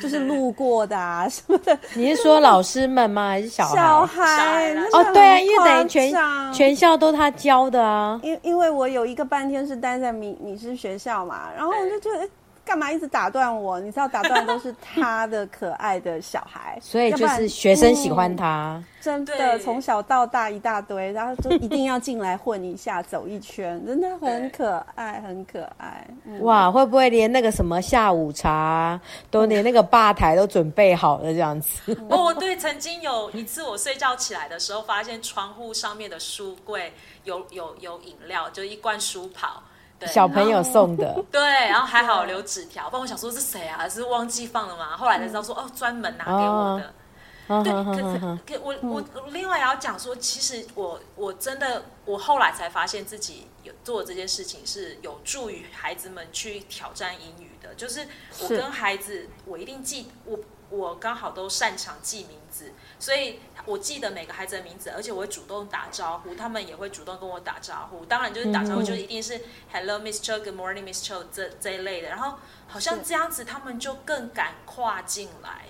Speaker 1: 就是路过的 啊什么的
Speaker 2: 你是说老师们吗？还是小
Speaker 1: 小
Speaker 2: 孩？
Speaker 1: 孩
Speaker 3: 小孩
Speaker 2: 哦，对啊，因为等
Speaker 1: 等
Speaker 2: 于全全校都他教的啊。
Speaker 1: 因因为我有一个半天是待在米米师学校嘛，然后我就觉得。诶哎干嘛一直打断我？你知道打断都是他的可爱的小孩，
Speaker 2: 所以
Speaker 1: 要不
Speaker 2: 就
Speaker 1: 然
Speaker 2: 是学生喜
Speaker 1: 嗯
Speaker 2: 欢他，
Speaker 1: 真的
Speaker 3: 对
Speaker 1: 从小到大一大堆，然后就一定要进来混一下，走一圈，真的很
Speaker 3: 对
Speaker 1: 可爱，很可爱。嗯，
Speaker 2: 哇，会不会连那个什么下午茶啊都连那个吧台都准备好了这样子？
Speaker 1: 嗯
Speaker 3: 哦，对，曾经有一次我睡觉起来的时候，发现窗户上面的书柜有有有饮料，就一罐书跑，对，
Speaker 2: 小朋友送的，
Speaker 3: 对，然后还好留纸条，不然我想说是谁啊？是忘记放了吗？后来才知道说哦，专门拿给我的。
Speaker 2: 哦
Speaker 1: 嗯
Speaker 3: 对，可可可，我我我另外也要讲说，其实我我真的我后来才发现自己有做这件事情是有助于孩子们去挑战英语的。就是我
Speaker 1: 是
Speaker 3: 跟孩子，我一定记我我刚好都擅长记名字，所以我记得每个孩子的名字，而且我会主动打招呼，他们也会主动跟我打招呼。当然就是打招呼，就是一定是 Hello Miss Cho, Good morning Miss Cho 这这一类的。然后好像这样子，他们就更敢跨进来。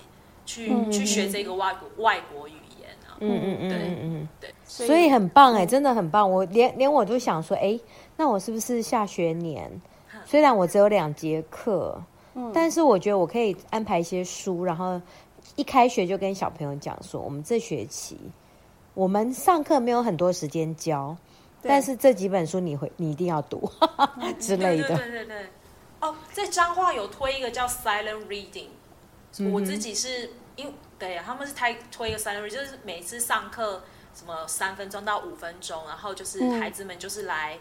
Speaker 3: 去、去学这个外国外国语言啊。
Speaker 2: 嗯嗯嗯嗯嗯，
Speaker 3: 对，
Speaker 1: 所
Speaker 2: 所以很棒哎、真的很棒。我连连我都想说，哎、那我是不是下学年虽然我只有两节课，
Speaker 3: 嗯
Speaker 2: 但是我觉得我可以安排一些书，然后一开学就跟小朋友讲说，我们这学期我们上课没有很多时间教，但是这几本书你会你一定要读 之类的。
Speaker 3: 嗯对对对对对。哦，在彰化有推一个叫 Silent Reading，、我
Speaker 1: 嗯
Speaker 3: 自己是因为对他们是推推一个 Silent Reading，就是每次上课什么三分钟到五分钟，然后就是
Speaker 1: 嗯
Speaker 3: 孩子们就是来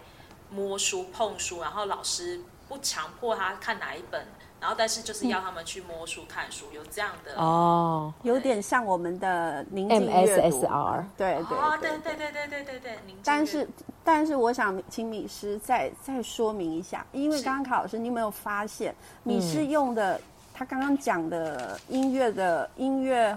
Speaker 3: 摸书碰书，然后老师不强迫他看哪一本，然后但是就是要他们去摸书看书，有这样的。
Speaker 2: 哦
Speaker 1: 有点像我们的宁静阅读。
Speaker 2: ，MSSR，
Speaker 1: 对
Speaker 3: 哦，
Speaker 1: 对
Speaker 3: 对对对对对对对，您
Speaker 1: 但是，但是我想请米师再再说明一下，因为
Speaker 3: 是
Speaker 1: 刚刚卡老师，你有没有发现米师用的、他刚刚讲的音乐的音乐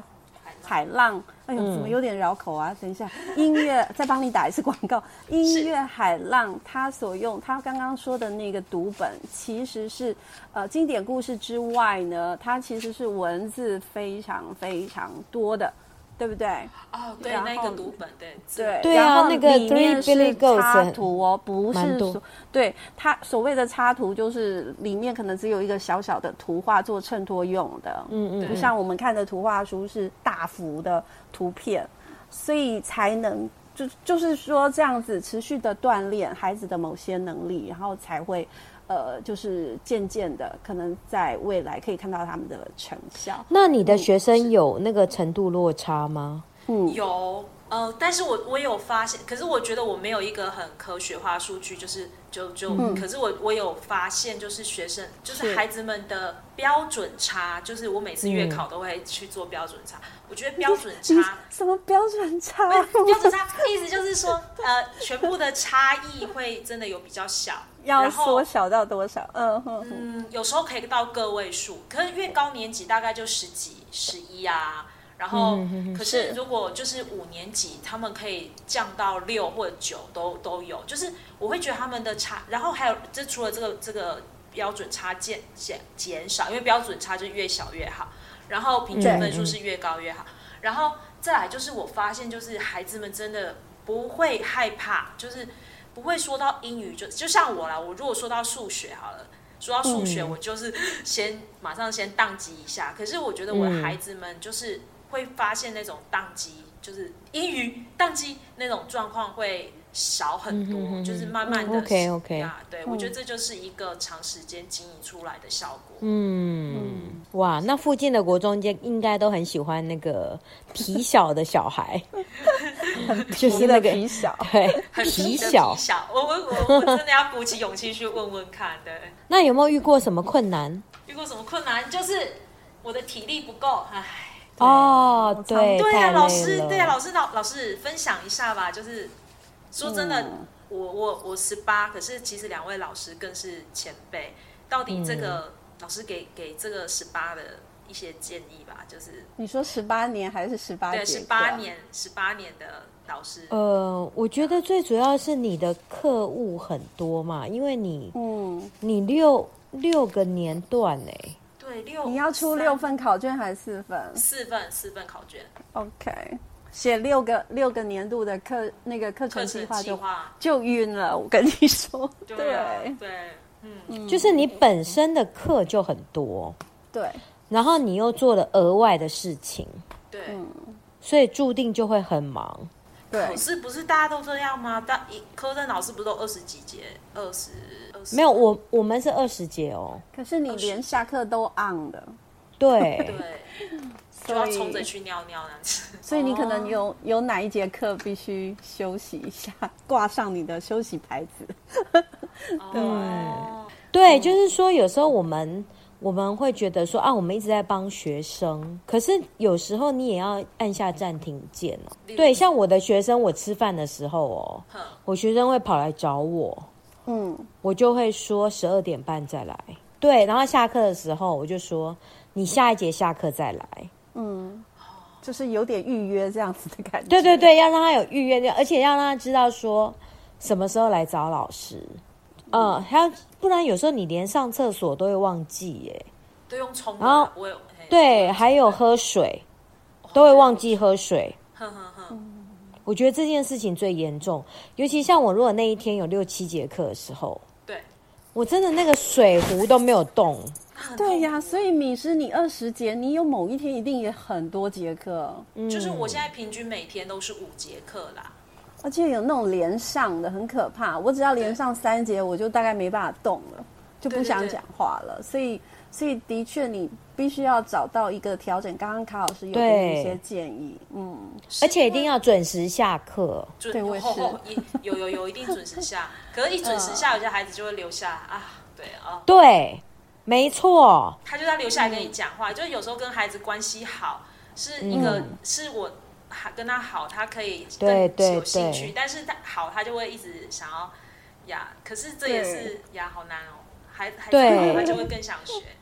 Speaker 1: 海浪？哎
Speaker 2: 嗯
Speaker 1: 呦，怎么有点绕口啊？等一下，音乐 再帮你打一次广告。音乐海浪，他所用他刚刚说的那个读本，其实是呃经典故事之外呢，它其实是文字非常非常多的，对不对？
Speaker 3: 哦，对
Speaker 1: 然后
Speaker 3: 那个读本，对字
Speaker 1: 对
Speaker 2: 对啊
Speaker 1: 然后
Speaker 2: 那个
Speaker 1: 里面
Speaker 2: Three Billy
Speaker 1: 是
Speaker 2: Goats
Speaker 1: 插图哦，不
Speaker 2: 蛮
Speaker 1: 是
Speaker 2: 多
Speaker 1: 所对它所谓的插图，就是里面可能只有一个小小的图画做衬托用的，
Speaker 2: 嗯嗯
Speaker 1: 不像我们看的图画书是大幅的图片，所以才能就就是说这样子持续的锻炼孩子的某些能力，然后才会。呃，就是渐渐的，可能在未来可以看到他们的成效。
Speaker 2: 那你的学生有那个程度落差吗？
Speaker 1: 嗯，
Speaker 3: 有，呃，但是我我有发现，可是我觉得我没有一个很科学化数据，就是就就，可是我我有发现，就是学生就是
Speaker 1: 嗯是
Speaker 3: 孩子们的标准差，就是我每次月
Speaker 2: 嗯
Speaker 3: 考都会去做标准差，我觉得标准
Speaker 1: 你
Speaker 3: 差。
Speaker 1: 什么标准差？
Speaker 3: 标准差意思就是说，呃，全部的差异会真的有比较小，
Speaker 1: 要
Speaker 3: 然后
Speaker 1: 缩小到多少？嗯哼哼。
Speaker 3: 嗯，有时候可以到个位数，可是越高年级大概就十几、十一啊。然后，可
Speaker 1: 是
Speaker 3: 是如果就是五年级，他们可以降到六或九都都有，就是我会觉得他们的差，然后还有这除了这个这个标准差减减减少，因为标准差就是越小越好，然后平均
Speaker 1: 对
Speaker 3: 分数是越高越好，然后再来就是我发现就是孩子们真的不会害怕，就是不会说到英语就就像我啦，我如果说到数学好了，说到数学，
Speaker 2: 嗯
Speaker 3: 我就是先马上先宕机一下。可是我觉得我的
Speaker 2: 嗯
Speaker 3: 孩子们就是会发现那种宕机，就是英语宕机那种状况会少很多，
Speaker 2: 嗯哼哼
Speaker 3: 就是慢慢的、
Speaker 2: 嗯，OK，OK
Speaker 3: 呀对，我觉得这就是一个长时间经营出来的效果。
Speaker 2: 嗯，哇，那附近的国中间应该都很喜欢那个皮小的小孩，就
Speaker 1: 皮
Speaker 2: 是那
Speaker 1: 的
Speaker 2: 个
Speaker 1: 皮小，
Speaker 2: 对
Speaker 3: 很
Speaker 2: 皮
Speaker 3: 的
Speaker 2: 小
Speaker 3: 皮。小，我我我我真的要鼓起勇气去问问看的。对
Speaker 2: 那有没有遇过什么困难？
Speaker 3: 遇过什么困难？就是我的体力不够，唉。
Speaker 2: 哦，对，
Speaker 3: 啊对
Speaker 2: 太
Speaker 3: 啊，
Speaker 2: 累
Speaker 3: 老师，
Speaker 2: 了
Speaker 3: 对啊，老师，老老师分享一下吧。就是 说真的，
Speaker 1: 嗯
Speaker 3: 我我我十八，可是其实两位老师更是前辈。到底这个、
Speaker 1: 嗯
Speaker 3: 老师给给这个十八的一些建议吧，就是
Speaker 1: 你说十八年还是十八？啊
Speaker 3: 对十八。年十八年的老师，
Speaker 2: 呃，我觉得最主要是你的客户很多嘛，因为你
Speaker 1: 嗯，
Speaker 2: 你六六个年段哎、
Speaker 3: 对六
Speaker 1: 你要出
Speaker 3: 哦三
Speaker 1: 六份考卷还是四份
Speaker 3: 四份四份考卷
Speaker 1: ？OK，写六个六个年度的课那个课
Speaker 3: 课
Speaker 1: 程计
Speaker 3: 程
Speaker 1: 划
Speaker 3: 计
Speaker 1: 就
Speaker 3: 划，
Speaker 1: 就晕了。我跟你说，
Speaker 3: 对啊
Speaker 1: 对
Speaker 3: 对，嗯，
Speaker 2: 就是你本身的课就很多，
Speaker 1: 对，
Speaker 2: 然后你又做了额外的事情，
Speaker 3: 对。
Speaker 1: 嗯
Speaker 2: 所以注定就会很忙。
Speaker 1: 对
Speaker 3: 可，是不是大家都这样吗？大一科任老师不都二十几节，二十二十
Speaker 2: 没有，我我们是二十节哦，
Speaker 1: 可是你连下课都 on 的，
Speaker 2: 对，
Speaker 3: 对。
Speaker 1: 所
Speaker 3: 就要冲着
Speaker 1: 以
Speaker 3: 去哦尿尿那样子。
Speaker 1: 所以你可能有有哪一节课必须休息一下， 挂上你的休息牌子。
Speaker 3: 哦，
Speaker 2: 对，就是说有时候我们我们会觉得说啊，我们一直在帮学生，可是有时候你也要按下暂停键哦。
Speaker 3: 例如嗯
Speaker 2: 对，像我的学生，我吃饭的时候哦，
Speaker 3: 哼
Speaker 2: 我学生会跑来找我，
Speaker 1: 嗯，
Speaker 2: 我就会说十二点半再来。对，然后下课的时候我就说你下一节下课再来。
Speaker 1: 就是有点预约这样子的感觉。
Speaker 2: 对对对，要让他有预约，而且要让他知道说什么时候来找老师。嗯，还要不然有时候你连上厕所都会忘记耶。
Speaker 3: 都用冲的
Speaker 2: 然后
Speaker 3: 啊，我有嘿
Speaker 2: 对，还有喝水，
Speaker 1: 哦
Speaker 2: 都会忘记喝水。
Speaker 3: 哼哼
Speaker 2: 嗯
Speaker 3: 哼，
Speaker 2: 我觉得这件事情最严重，尤其像我如果那一天有六七节课的时候，
Speaker 3: 对，
Speaker 2: 我真的那个水壶都没有动。
Speaker 1: 对呀、所以米师，你二十节，你有某一天一定也很多节课，哦
Speaker 2: 嗯
Speaker 3: 就是我现在平均每天都是五节课啦，
Speaker 1: 而且有那种连上的很可怕，我只要连上三节，我就大概没办法动了，就不想讲话了。所以，所以的确你必须要找到一个调整。刚刚卡老师有给你一些建议，嗯，
Speaker 2: 而且一定要准时下课。
Speaker 3: 准
Speaker 1: 对我也是
Speaker 3: 吼吼一有有有一定准时下，可是一准
Speaker 2: 嗯
Speaker 3: 时下，有些孩子就会留下啊，对啊，
Speaker 2: 对，没错，
Speaker 3: 他就要留下来
Speaker 2: 嗯
Speaker 3: 跟你讲话。就是有时候跟孩子关系好，是一个、是我还跟他好，他可以
Speaker 2: 嗯对
Speaker 3: 更
Speaker 2: 对
Speaker 3: 有兴趣，
Speaker 2: 对
Speaker 3: 但是他好，他就会一直想要呀。可是这也是呀，好难哦，孩孩子
Speaker 2: 对嗯
Speaker 3: 好他就会更想学。对啊
Speaker 1: 嗯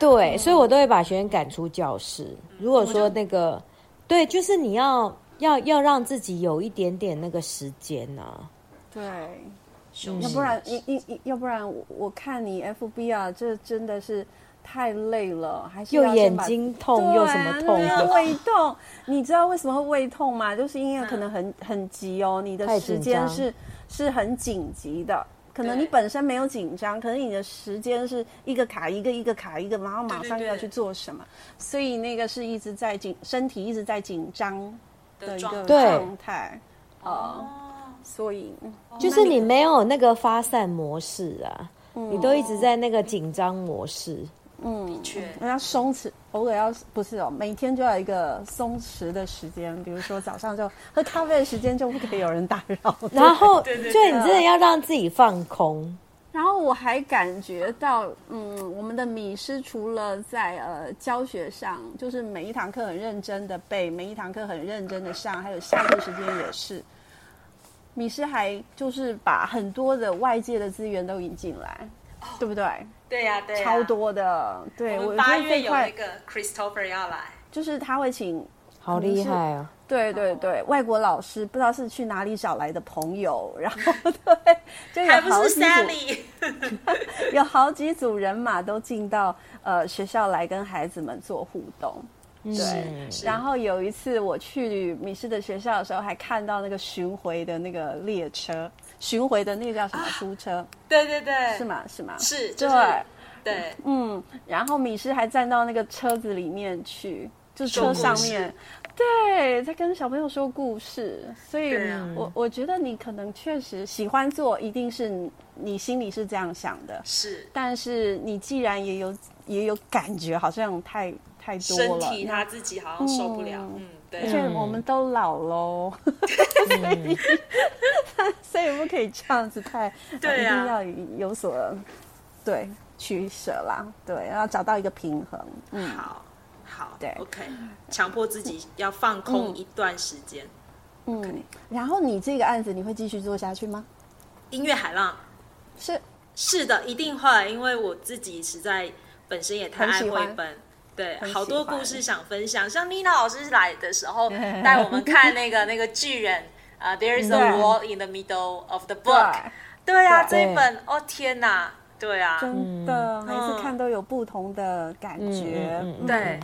Speaker 2: 对，所以我都会把学生赶出教室。如果说那个，对，就是你要要要让自己有一点点那个时间啊呐、
Speaker 1: 对。
Speaker 3: 休息
Speaker 1: 要不然，你你你，要不然我我看你 FB 啊，这真的是太累了，还是
Speaker 2: 又
Speaker 1: 要先
Speaker 2: 眼
Speaker 1: 把
Speaker 2: 睛痛又什么痛
Speaker 1: 对啊
Speaker 2: 的，
Speaker 1: 胃痛，你知道为什么会胃痛吗？就是因为可能很很急哦，你的
Speaker 2: 太
Speaker 1: 时
Speaker 2: 紧
Speaker 1: 间
Speaker 2: 张
Speaker 1: 是是很紧急的。可能
Speaker 3: 对
Speaker 1: 你本身没有紧张，可是你的时间是一个卡一个一个卡一个，然后马
Speaker 3: 对
Speaker 1: 上又要
Speaker 3: 对
Speaker 1: 去做什么，所以那个是一直在紧，身体一直在紧张的
Speaker 3: 的
Speaker 1: 一
Speaker 3: 状
Speaker 1: 个
Speaker 3: 态
Speaker 2: 对
Speaker 1: 状态哦，
Speaker 3: 哦，
Speaker 1: 所以
Speaker 2: 就是你没有那个发散模式啊，你都一直在那个紧张模式。
Speaker 1: 嗯，
Speaker 3: 确
Speaker 1: 我要松弛，偶尔要不是哦，每天就要有一个松弛的时间，比如说早上就喝咖啡的时间就不可以有人打 扰。
Speaker 2: 然后，
Speaker 3: 对对对
Speaker 2: 所以你真的要让自己放空。
Speaker 1: 然后我还感觉到，嗯，我们的米师除了在呃教学上，就是每一堂课很认真的背，每一堂课很认真的上，还有下课时间也是，米师还就是把很多的外界的资源都引进来，对不对？
Speaker 3: 对呀、对呀、
Speaker 1: 超。多的，对我
Speaker 3: 我们
Speaker 1: 觉
Speaker 3: 八
Speaker 1: 得
Speaker 3: 月
Speaker 1: 这
Speaker 3: 有那
Speaker 1: 块
Speaker 3: 个 Christopher 要来，
Speaker 1: 就是他会请
Speaker 2: 好厉害啊！
Speaker 1: 对对
Speaker 3: 哦
Speaker 1: 对，外国老师不知道是去哪里找来的朋友，然后 对，就有
Speaker 3: 还不
Speaker 1: 好
Speaker 3: 是
Speaker 1: 几组
Speaker 3: Sally。
Speaker 1: 有好几组人马都进到呃学校来跟孩子们做互动。
Speaker 2: 对
Speaker 3: 是
Speaker 1: 然后有一次我去米氏的学校的时候，还看到那个巡回的那个列车，巡回的那个叫什么书车、
Speaker 3: 对对对，
Speaker 1: 是？吗？是吗？
Speaker 3: 啊是，就是
Speaker 1: 对
Speaker 3: 对，
Speaker 1: 嗯，然后米氏还站到那个车子里面去，就是车
Speaker 3: 说
Speaker 1: 上
Speaker 3: 故事
Speaker 1: 面，对，在跟小朋友说故事。所以
Speaker 3: 对啊
Speaker 1: 我，我觉得你可能确实喜欢做，一定是你你心里是这样想的。
Speaker 3: 是
Speaker 1: 但是你既然也有也有感觉，好像太太多
Speaker 3: 身
Speaker 1: 了。
Speaker 3: 体他自己好像受不了，
Speaker 1: 嗯
Speaker 3: 嗯，
Speaker 1: 而且
Speaker 3: 对，
Speaker 1: 我们都老喽，
Speaker 2: 嗯
Speaker 1: 所以所以不可以这样子太，
Speaker 3: 对啊
Speaker 1: 呃一定要有所对取舍啦，对，要找到一个平衡。嗯，
Speaker 3: 好，好，
Speaker 1: 对
Speaker 3: ，OK，强迫自己要放空一段时间。
Speaker 1: 嗯，然后你这个案子你会继续做下去吗？
Speaker 3: 音乐海浪
Speaker 1: 是，
Speaker 3: 是的，一定会，因为我自己实在本身也太
Speaker 1: 很
Speaker 3: 爱
Speaker 1: 喜欢
Speaker 3: 绘本。对
Speaker 1: 很，喜
Speaker 3: 好多
Speaker 1: 欢
Speaker 3: 故事想分享。像妮娜老师来的 时候，带我们看那个那个巨人啊、t h e r e is
Speaker 1: 对
Speaker 3: a wall in the middle of the book。对啊，这
Speaker 2: 对
Speaker 3: 一本哦天哪，对啊，
Speaker 1: 真的，每次看都有不同的感觉。
Speaker 2: 嗯嗯嗯嗯
Speaker 3: 嗯对，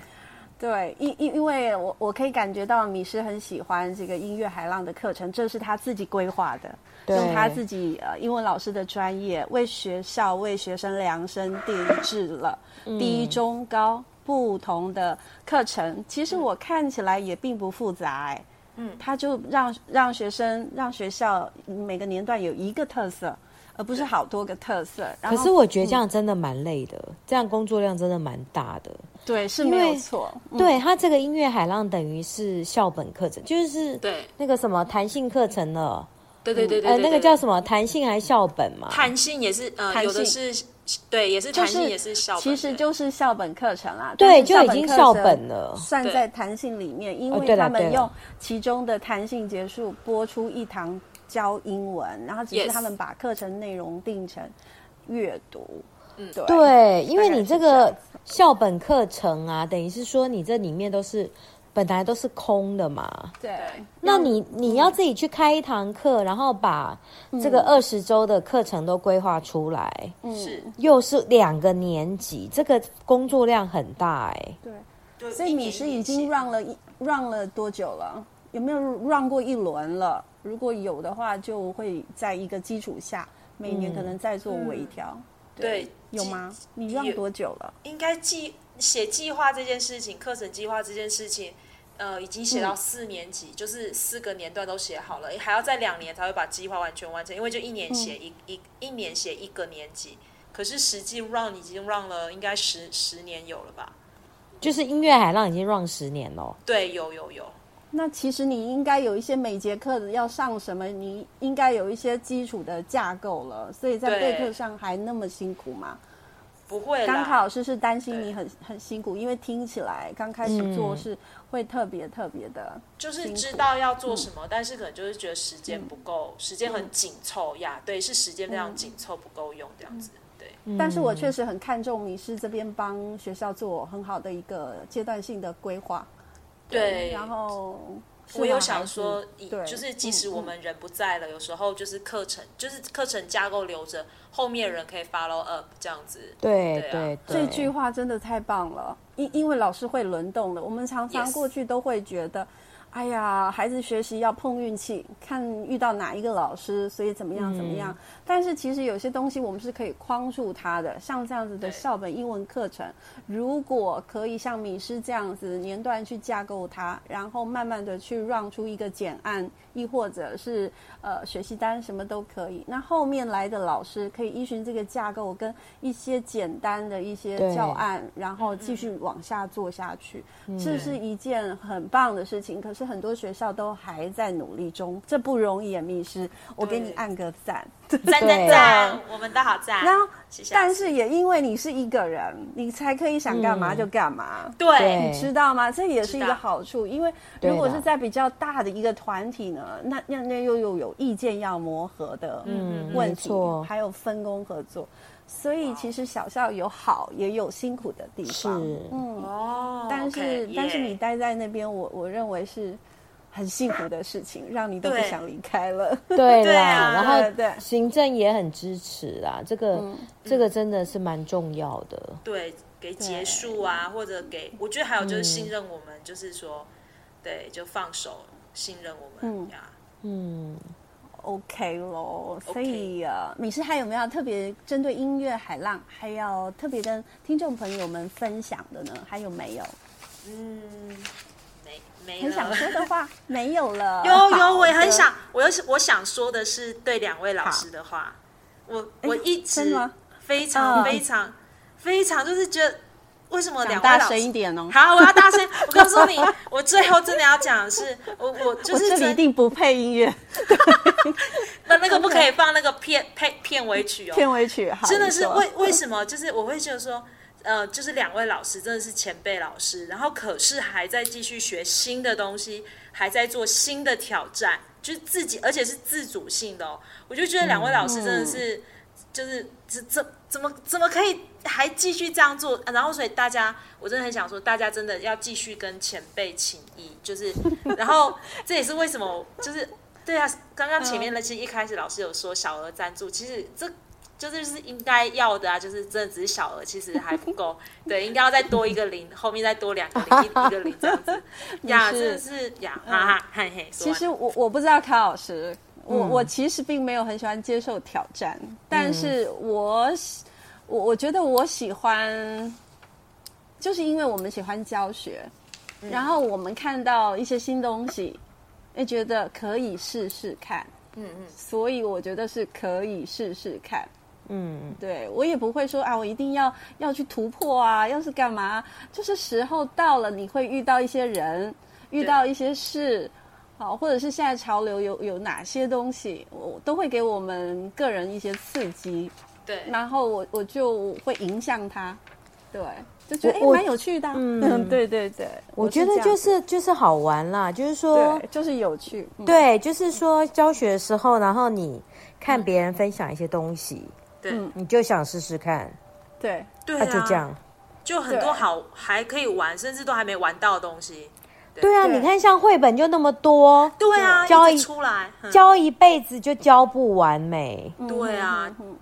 Speaker 1: 对，因因因为我我可以感觉到米是很喜欢这个音乐海浪的课程，这是他自己规划的，
Speaker 2: 对
Speaker 1: 用他自己呃英文老师的专业为学校为学生量身定制了、
Speaker 2: 嗯
Speaker 1: 低中高不同的课程。其实我看起来也并不复杂、哎，嗯，他就让让学生让学校每个年段有一个特色，而不是好多个特色。然
Speaker 2: 可
Speaker 1: 后
Speaker 2: 是我觉得这样真的蛮累的，这样工作量真的蛮大的。
Speaker 1: 对是
Speaker 2: 因为
Speaker 1: 没有错，嗯
Speaker 2: 对他这个音乐海浪等于是校本课程，就是
Speaker 3: 对
Speaker 2: 那个什么弹性课程了，
Speaker 3: 对对
Speaker 1: 嗯
Speaker 3: 对对，
Speaker 2: 呃，
Speaker 1: 哎
Speaker 3: 对
Speaker 2: 那个
Speaker 3: 对
Speaker 2: 叫什么弹性还校本嘛？
Speaker 3: 弹性也是呃，
Speaker 1: 弹
Speaker 3: 有的
Speaker 1: 性
Speaker 3: 是对，也是
Speaker 1: 就
Speaker 3: 弹性也是校本
Speaker 1: 其
Speaker 3: 的，
Speaker 1: 实就是校本课程啦。
Speaker 2: 对，
Speaker 1: 但是
Speaker 2: 就已经
Speaker 1: 课程
Speaker 2: 校本了。
Speaker 1: 算在弹性里面，因
Speaker 2: 哦
Speaker 1: 为
Speaker 2: 对了
Speaker 1: 他们
Speaker 2: 对了
Speaker 1: 用其中的弹性结束播出一堂教英文，然后只是
Speaker 3: Yes
Speaker 1: 他们把课程内容定成阅读。嗯，对
Speaker 2: 对，因为
Speaker 1: 大概
Speaker 2: 你
Speaker 1: 是
Speaker 2: 这
Speaker 1: 这样
Speaker 2: 个校本课程啊，等于是说你这里面都是本来都是空的嘛。
Speaker 1: 对
Speaker 2: 那你
Speaker 1: 嗯
Speaker 2: 你要自己去开一堂课，然后把这个二十周的课程都规划出来，
Speaker 1: 嗯
Speaker 3: 是
Speaker 2: 又是两个年级，这个工作量很大哎、
Speaker 1: 对，
Speaker 3: 就
Speaker 1: 所以
Speaker 3: 一
Speaker 1: 你
Speaker 3: 年
Speaker 1: 是已
Speaker 3: 一年
Speaker 1: 经
Speaker 3: 写
Speaker 1: run 了一 run 了多久了？有没有 run 过一轮了？如果有的话，就会在一个基础下，每年
Speaker 2: 嗯
Speaker 1: 可能再做微调。
Speaker 3: 嗯对
Speaker 1: 有
Speaker 3: 计
Speaker 1: 吗？你 run
Speaker 3: 有
Speaker 1: 多久了？
Speaker 3: 应该计写计划这件事情，课程计划这件事情，呃，已经写
Speaker 1: 嗯
Speaker 3: 到四年级，就是四个年段都写好了，还要再两年才会把计划完全完成，因为就一年写
Speaker 1: 嗯
Speaker 3: 一、一一年写一个年级，可是实际 run 已经 run 了应该十十年有了吧？
Speaker 2: 就是音乐海浪已经 run 十年了。
Speaker 3: 对，有有有，
Speaker 1: 那其实你应该有一些每节课要上什么，你应该有一些基础的架构了，所以在
Speaker 3: 对
Speaker 1: 备课上还那么辛苦吗？
Speaker 3: 不会啦。
Speaker 1: 刚凯老师是担心你很很辛苦，因为听起来刚开始做是会特别特别的，
Speaker 3: 就是
Speaker 1: 辛
Speaker 3: 知
Speaker 1: 苦嗯
Speaker 3: 道要做什么，但是可能就是觉得时间不够，时间很紧凑呀。对，是时间非
Speaker 1: 嗯
Speaker 3: 常紧凑，不够用这样子。对，
Speaker 1: 但是我确实很看重你是这边帮学校做很好的一个阶段性的规划，
Speaker 3: 对
Speaker 1: 然后是
Speaker 3: 我有
Speaker 1: 吗
Speaker 3: 想
Speaker 1: 还是
Speaker 3: 说，以
Speaker 1: 对，
Speaker 3: 就是即使
Speaker 1: 嗯
Speaker 3: 我
Speaker 1: 嗯
Speaker 3: 们人不在了，有时候就是课程，就是课程架构留着，后面人可以 follow up 这样子。
Speaker 2: 对
Speaker 3: 对啊
Speaker 2: 对对，
Speaker 1: 这句话真的太棒了，因因为老师会轮动的，我们常常
Speaker 3: Yes
Speaker 1: 过去都会觉得。哎呀，孩子学习要碰运气，看遇到哪一个老师，所以怎么样
Speaker 3: 嗯
Speaker 1: 怎么样。但是其实有些东西我们是可以框住他的，像这样子的
Speaker 3: 对
Speaker 1: 校本英文课程，如果可以像米师这样子年段去架构它，然后慢慢的去让出一个简案，亦或者是呃学习单什么都可以。那后面来的老师可以依循这个架构跟一些简单的一些
Speaker 2: 对
Speaker 1: 教案，然后继续往下做下去，这是一件很棒的事情。可是很多学校都还在努力中，这不容易啊，密师，我给你
Speaker 3: 对
Speaker 1: 按个赞。
Speaker 3: 赞赞
Speaker 2: 对
Speaker 3: 赞，我们都好赞。
Speaker 1: 然后
Speaker 3: 谢谢
Speaker 1: 啊但是也因为你是一个人，你才可以想干嘛
Speaker 2: 嗯
Speaker 1: 就干嘛。
Speaker 3: 对
Speaker 2: 对
Speaker 1: 你知道吗？这也是一
Speaker 3: 知
Speaker 1: 个
Speaker 3: 道
Speaker 1: 好处，因为
Speaker 2: 对
Speaker 1: 如果
Speaker 2: 的
Speaker 1: 是在比较大的一个团体呢，那那那又又有意见要磨合的
Speaker 3: 嗯
Speaker 1: 问
Speaker 2: 没
Speaker 1: 题，
Speaker 2: 错
Speaker 1: 还有分工合作，所以其实小校有好也有辛苦的地方。
Speaker 2: 是
Speaker 1: 嗯，
Speaker 3: 哦，
Speaker 1: 但是
Speaker 3: OK，
Speaker 1: 但是你
Speaker 3: 耶
Speaker 1: 待在那边，我我认为是很幸福的事情，让你都不
Speaker 3: 对
Speaker 1: 想离开了。
Speaker 2: 对
Speaker 3: 对
Speaker 2: 啦，
Speaker 3: 啊
Speaker 2: 然后
Speaker 1: 对对
Speaker 2: 行政也很支持啦，这个、
Speaker 1: 嗯
Speaker 2: 这个真的是蛮重要的。
Speaker 3: 对给结束啊，或者给，我觉得还有
Speaker 1: 嗯
Speaker 3: 就是信任我们，就是说，对，就放手信任我们
Speaker 1: 嗯
Speaker 3: 呀。
Speaker 2: 嗯，
Speaker 1: OK 咯，所
Speaker 3: OK
Speaker 1: 以呃，米诗还有没有特别针对音乐海浪，还要特别跟听众朋友们分享的呢？还有没有
Speaker 3: 嗯，没没
Speaker 1: 很想
Speaker 3: 了。
Speaker 1: 说的 话？没有了。
Speaker 3: 有有，我也
Speaker 1: 好
Speaker 3: 很
Speaker 1: 的
Speaker 3: 想，我又是我想说的是对两位老师的话，我我一
Speaker 1: 真
Speaker 3: 直
Speaker 1: 的吗
Speaker 3: 非常
Speaker 1: 嗯
Speaker 3: 非常非常就是觉得为什么
Speaker 1: 讲
Speaker 3: 两位
Speaker 1: 大
Speaker 3: 老
Speaker 1: 声一
Speaker 3: 师。
Speaker 1: 点哦。
Speaker 3: 好，我要大声！我告诉你， 我最后真的要讲的是，我我就
Speaker 1: 我
Speaker 3: 是
Speaker 1: 这里一
Speaker 3: 真
Speaker 1: 定不配音乐
Speaker 3: 那那个不可以放那个片配片尾曲哦，
Speaker 1: 片尾曲，好
Speaker 3: 真的是为为
Speaker 1: 么？
Speaker 3: 什么？就是我会觉得说，呃，就是两位老师真的是前辈老师，然后可是还在继续学新的东西，还在做新的挑战，就是自己而且是自主性的、哦。我就觉得两位老师真的是，就是这这怎么怎么可以还继续这样做？啊然后所以大家，我真的很想说，大家真的要继续跟前辈请益，就是，然后这也是为什么就是。对啊，刚刚
Speaker 1: 嗯
Speaker 3: 前面的其实一开始老师有说小额赞助，其实这这就是应该要的啊，就是真的只是小额，其实还不够，对，应该要再多一个零，后面再多两个零，一一个零这样 子，呀，
Speaker 1: 你
Speaker 3: 真
Speaker 1: 是
Speaker 3: 的是呀，哈哈，嘿嘿，
Speaker 1: 嗯
Speaker 3: 说
Speaker 1: 其
Speaker 3: 完
Speaker 1: 实我我不知道卡老师，我、我其实并没有很喜欢接受挑战，但是我喜我我觉得我喜欢，就是因为我们喜欢教学，
Speaker 3: 嗯
Speaker 1: 然后我们看到一些新东西，也觉得可以试试看，
Speaker 3: 嗯嗯，
Speaker 1: 所以我觉得是可以试试看。
Speaker 2: 嗯，
Speaker 1: 对我也不会说啊，我一定要要去突破啊，要是干嘛，就是时候到了，你会遇到一些人，遇到一些事，好，或者是现在潮流有有哪些东西，我都会给我们个人一些刺激，
Speaker 3: 对，
Speaker 1: 然后我我就会影响他，对，就觉得哎
Speaker 2: 我我
Speaker 1: 蛮有趣的啊、嗯，
Speaker 2: 嗯
Speaker 1: 对对对，
Speaker 2: 我觉得
Speaker 1: 这样
Speaker 2: 就是就是好玩啦，就是说
Speaker 1: 对，就是有趣，嗯、
Speaker 2: 对，就是说教学的时候，然后你看别人分享一些东西，
Speaker 3: 对
Speaker 1: 嗯
Speaker 2: 你就想试试看，
Speaker 1: 对
Speaker 3: 对
Speaker 2: 那
Speaker 3: 啊，
Speaker 2: 就这样。
Speaker 3: 就很多好还可以玩，甚至都还没玩到的东西，
Speaker 2: 对啊，
Speaker 1: 对
Speaker 2: 你看像绘本就那么多，
Speaker 3: 对啊，
Speaker 2: 交
Speaker 3: 一
Speaker 2: 易
Speaker 3: 直出来，嗯
Speaker 2: 教一辈子就教不完美。
Speaker 3: 对啊，
Speaker 1: 嗯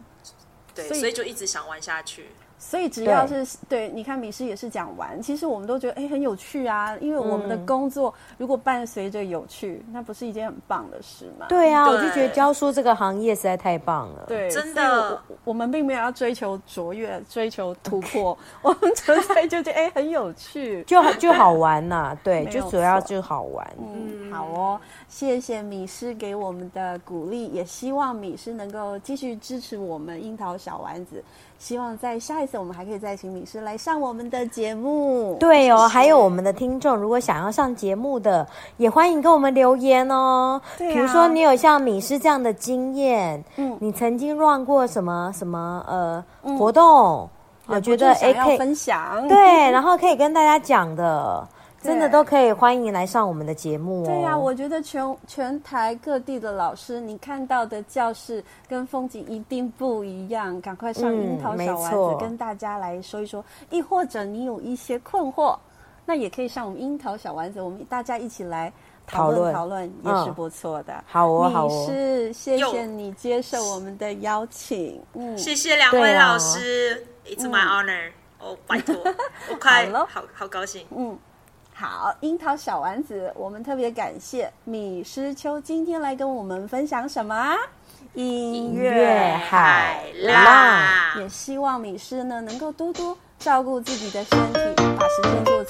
Speaker 3: 对，
Speaker 1: 所以
Speaker 3: 所以就一直想玩下去，
Speaker 1: 所以只要
Speaker 2: 对
Speaker 1: 是对你看，米师也是讲完，其实我们都觉得哎、诶很有趣啊，因为我们的
Speaker 2: 嗯
Speaker 1: 工作如果伴随着有趣，那不是一件很棒的事吗？
Speaker 2: 对啊，
Speaker 3: 对
Speaker 2: 我就觉得教书这个行业实在太棒了。，
Speaker 1: 对，
Speaker 3: 真
Speaker 1: 所以
Speaker 3: 的
Speaker 1: 我，我我们并没有要追求卓越、追求突 破，我们纯粹就觉得哎、诶很有趣。
Speaker 2: 就好就好玩呐、对，
Speaker 1: 没有
Speaker 2: 就主要
Speaker 1: 错
Speaker 2: 就好玩。
Speaker 1: 嗯，好哦，谢谢米师给我们的鼓励，也希望米师能够继续支持我们樱桃小丸子。希望在下一次我们还可以再请米师来上我们的节目。
Speaker 2: 对哦，还有我们的听众，如果想要上节目的，也欢迎跟我们留言哦。
Speaker 1: 对啊
Speaker 2: 比如说你有像米师这样的经验，
Speaker 1: 嗯
Speaker 2: 你曾经 run 过什么什么呃、活动，我
Speaker 1: 忍不
Speaker 2: 觉
Speaker 1: 住
Speaker 2: 得
Speaker 1: 想
Speaker 2: 哎可
Speaker 1: 要
Speaker 2: 以
Speaker 1: 分享，
Speaker 2: 对，然后可以跟大家讲的，真的
Speaker 1: 对
Speaker 2: 都可以欢迎来上我们的节目哦。
Speaker 1: 对呀、我觉得全全台各地的老师，你看到的教室跟风景一定不一样。赶快上
Speaker 2: 嗯
Speaker 1: 樱桃
Speaker 2: 没
Speaker 1: 小丸
Speaker 2: 错
Speaker 1: 子、跟大家来说一说，亦或者你有一些困惑，那也可以上我们樱桃小丸子，我们大家一起来讨论
Speaker 2: 讨
Speaker 1: 讨
Speaker 2: 论
Speaker 1: 论，也是
Speaker 2: 嗯
Speaker 1: 不错的。
Speaker 2: 好哦
Speaker 1: 你
Speaker 2: 好哦
Speaker 1: 是谢
Speaker 4: 有
Speaker 1: 谢你接受我们的邀请，嗯，
Speaker 4: 谢谢两
Speaker 2: 对
Speaker 4: 位
Speaker 2: 啊
Speaker 4: 老师、i t s my honor、哦，拜 托，我快，
Speaker 1: 好咯
Speaker 4: 好好高兴。
Speaker 1: 嗯，好，樱桃小丸子，我们特别感谢米诗秋今天来跟我们分享什么啊？音
Speaker 2: 乐海
Speaker 1: 也希望米诗呢能够多多照顾自己的身体，把时间做
Speaker 2: 嗯哦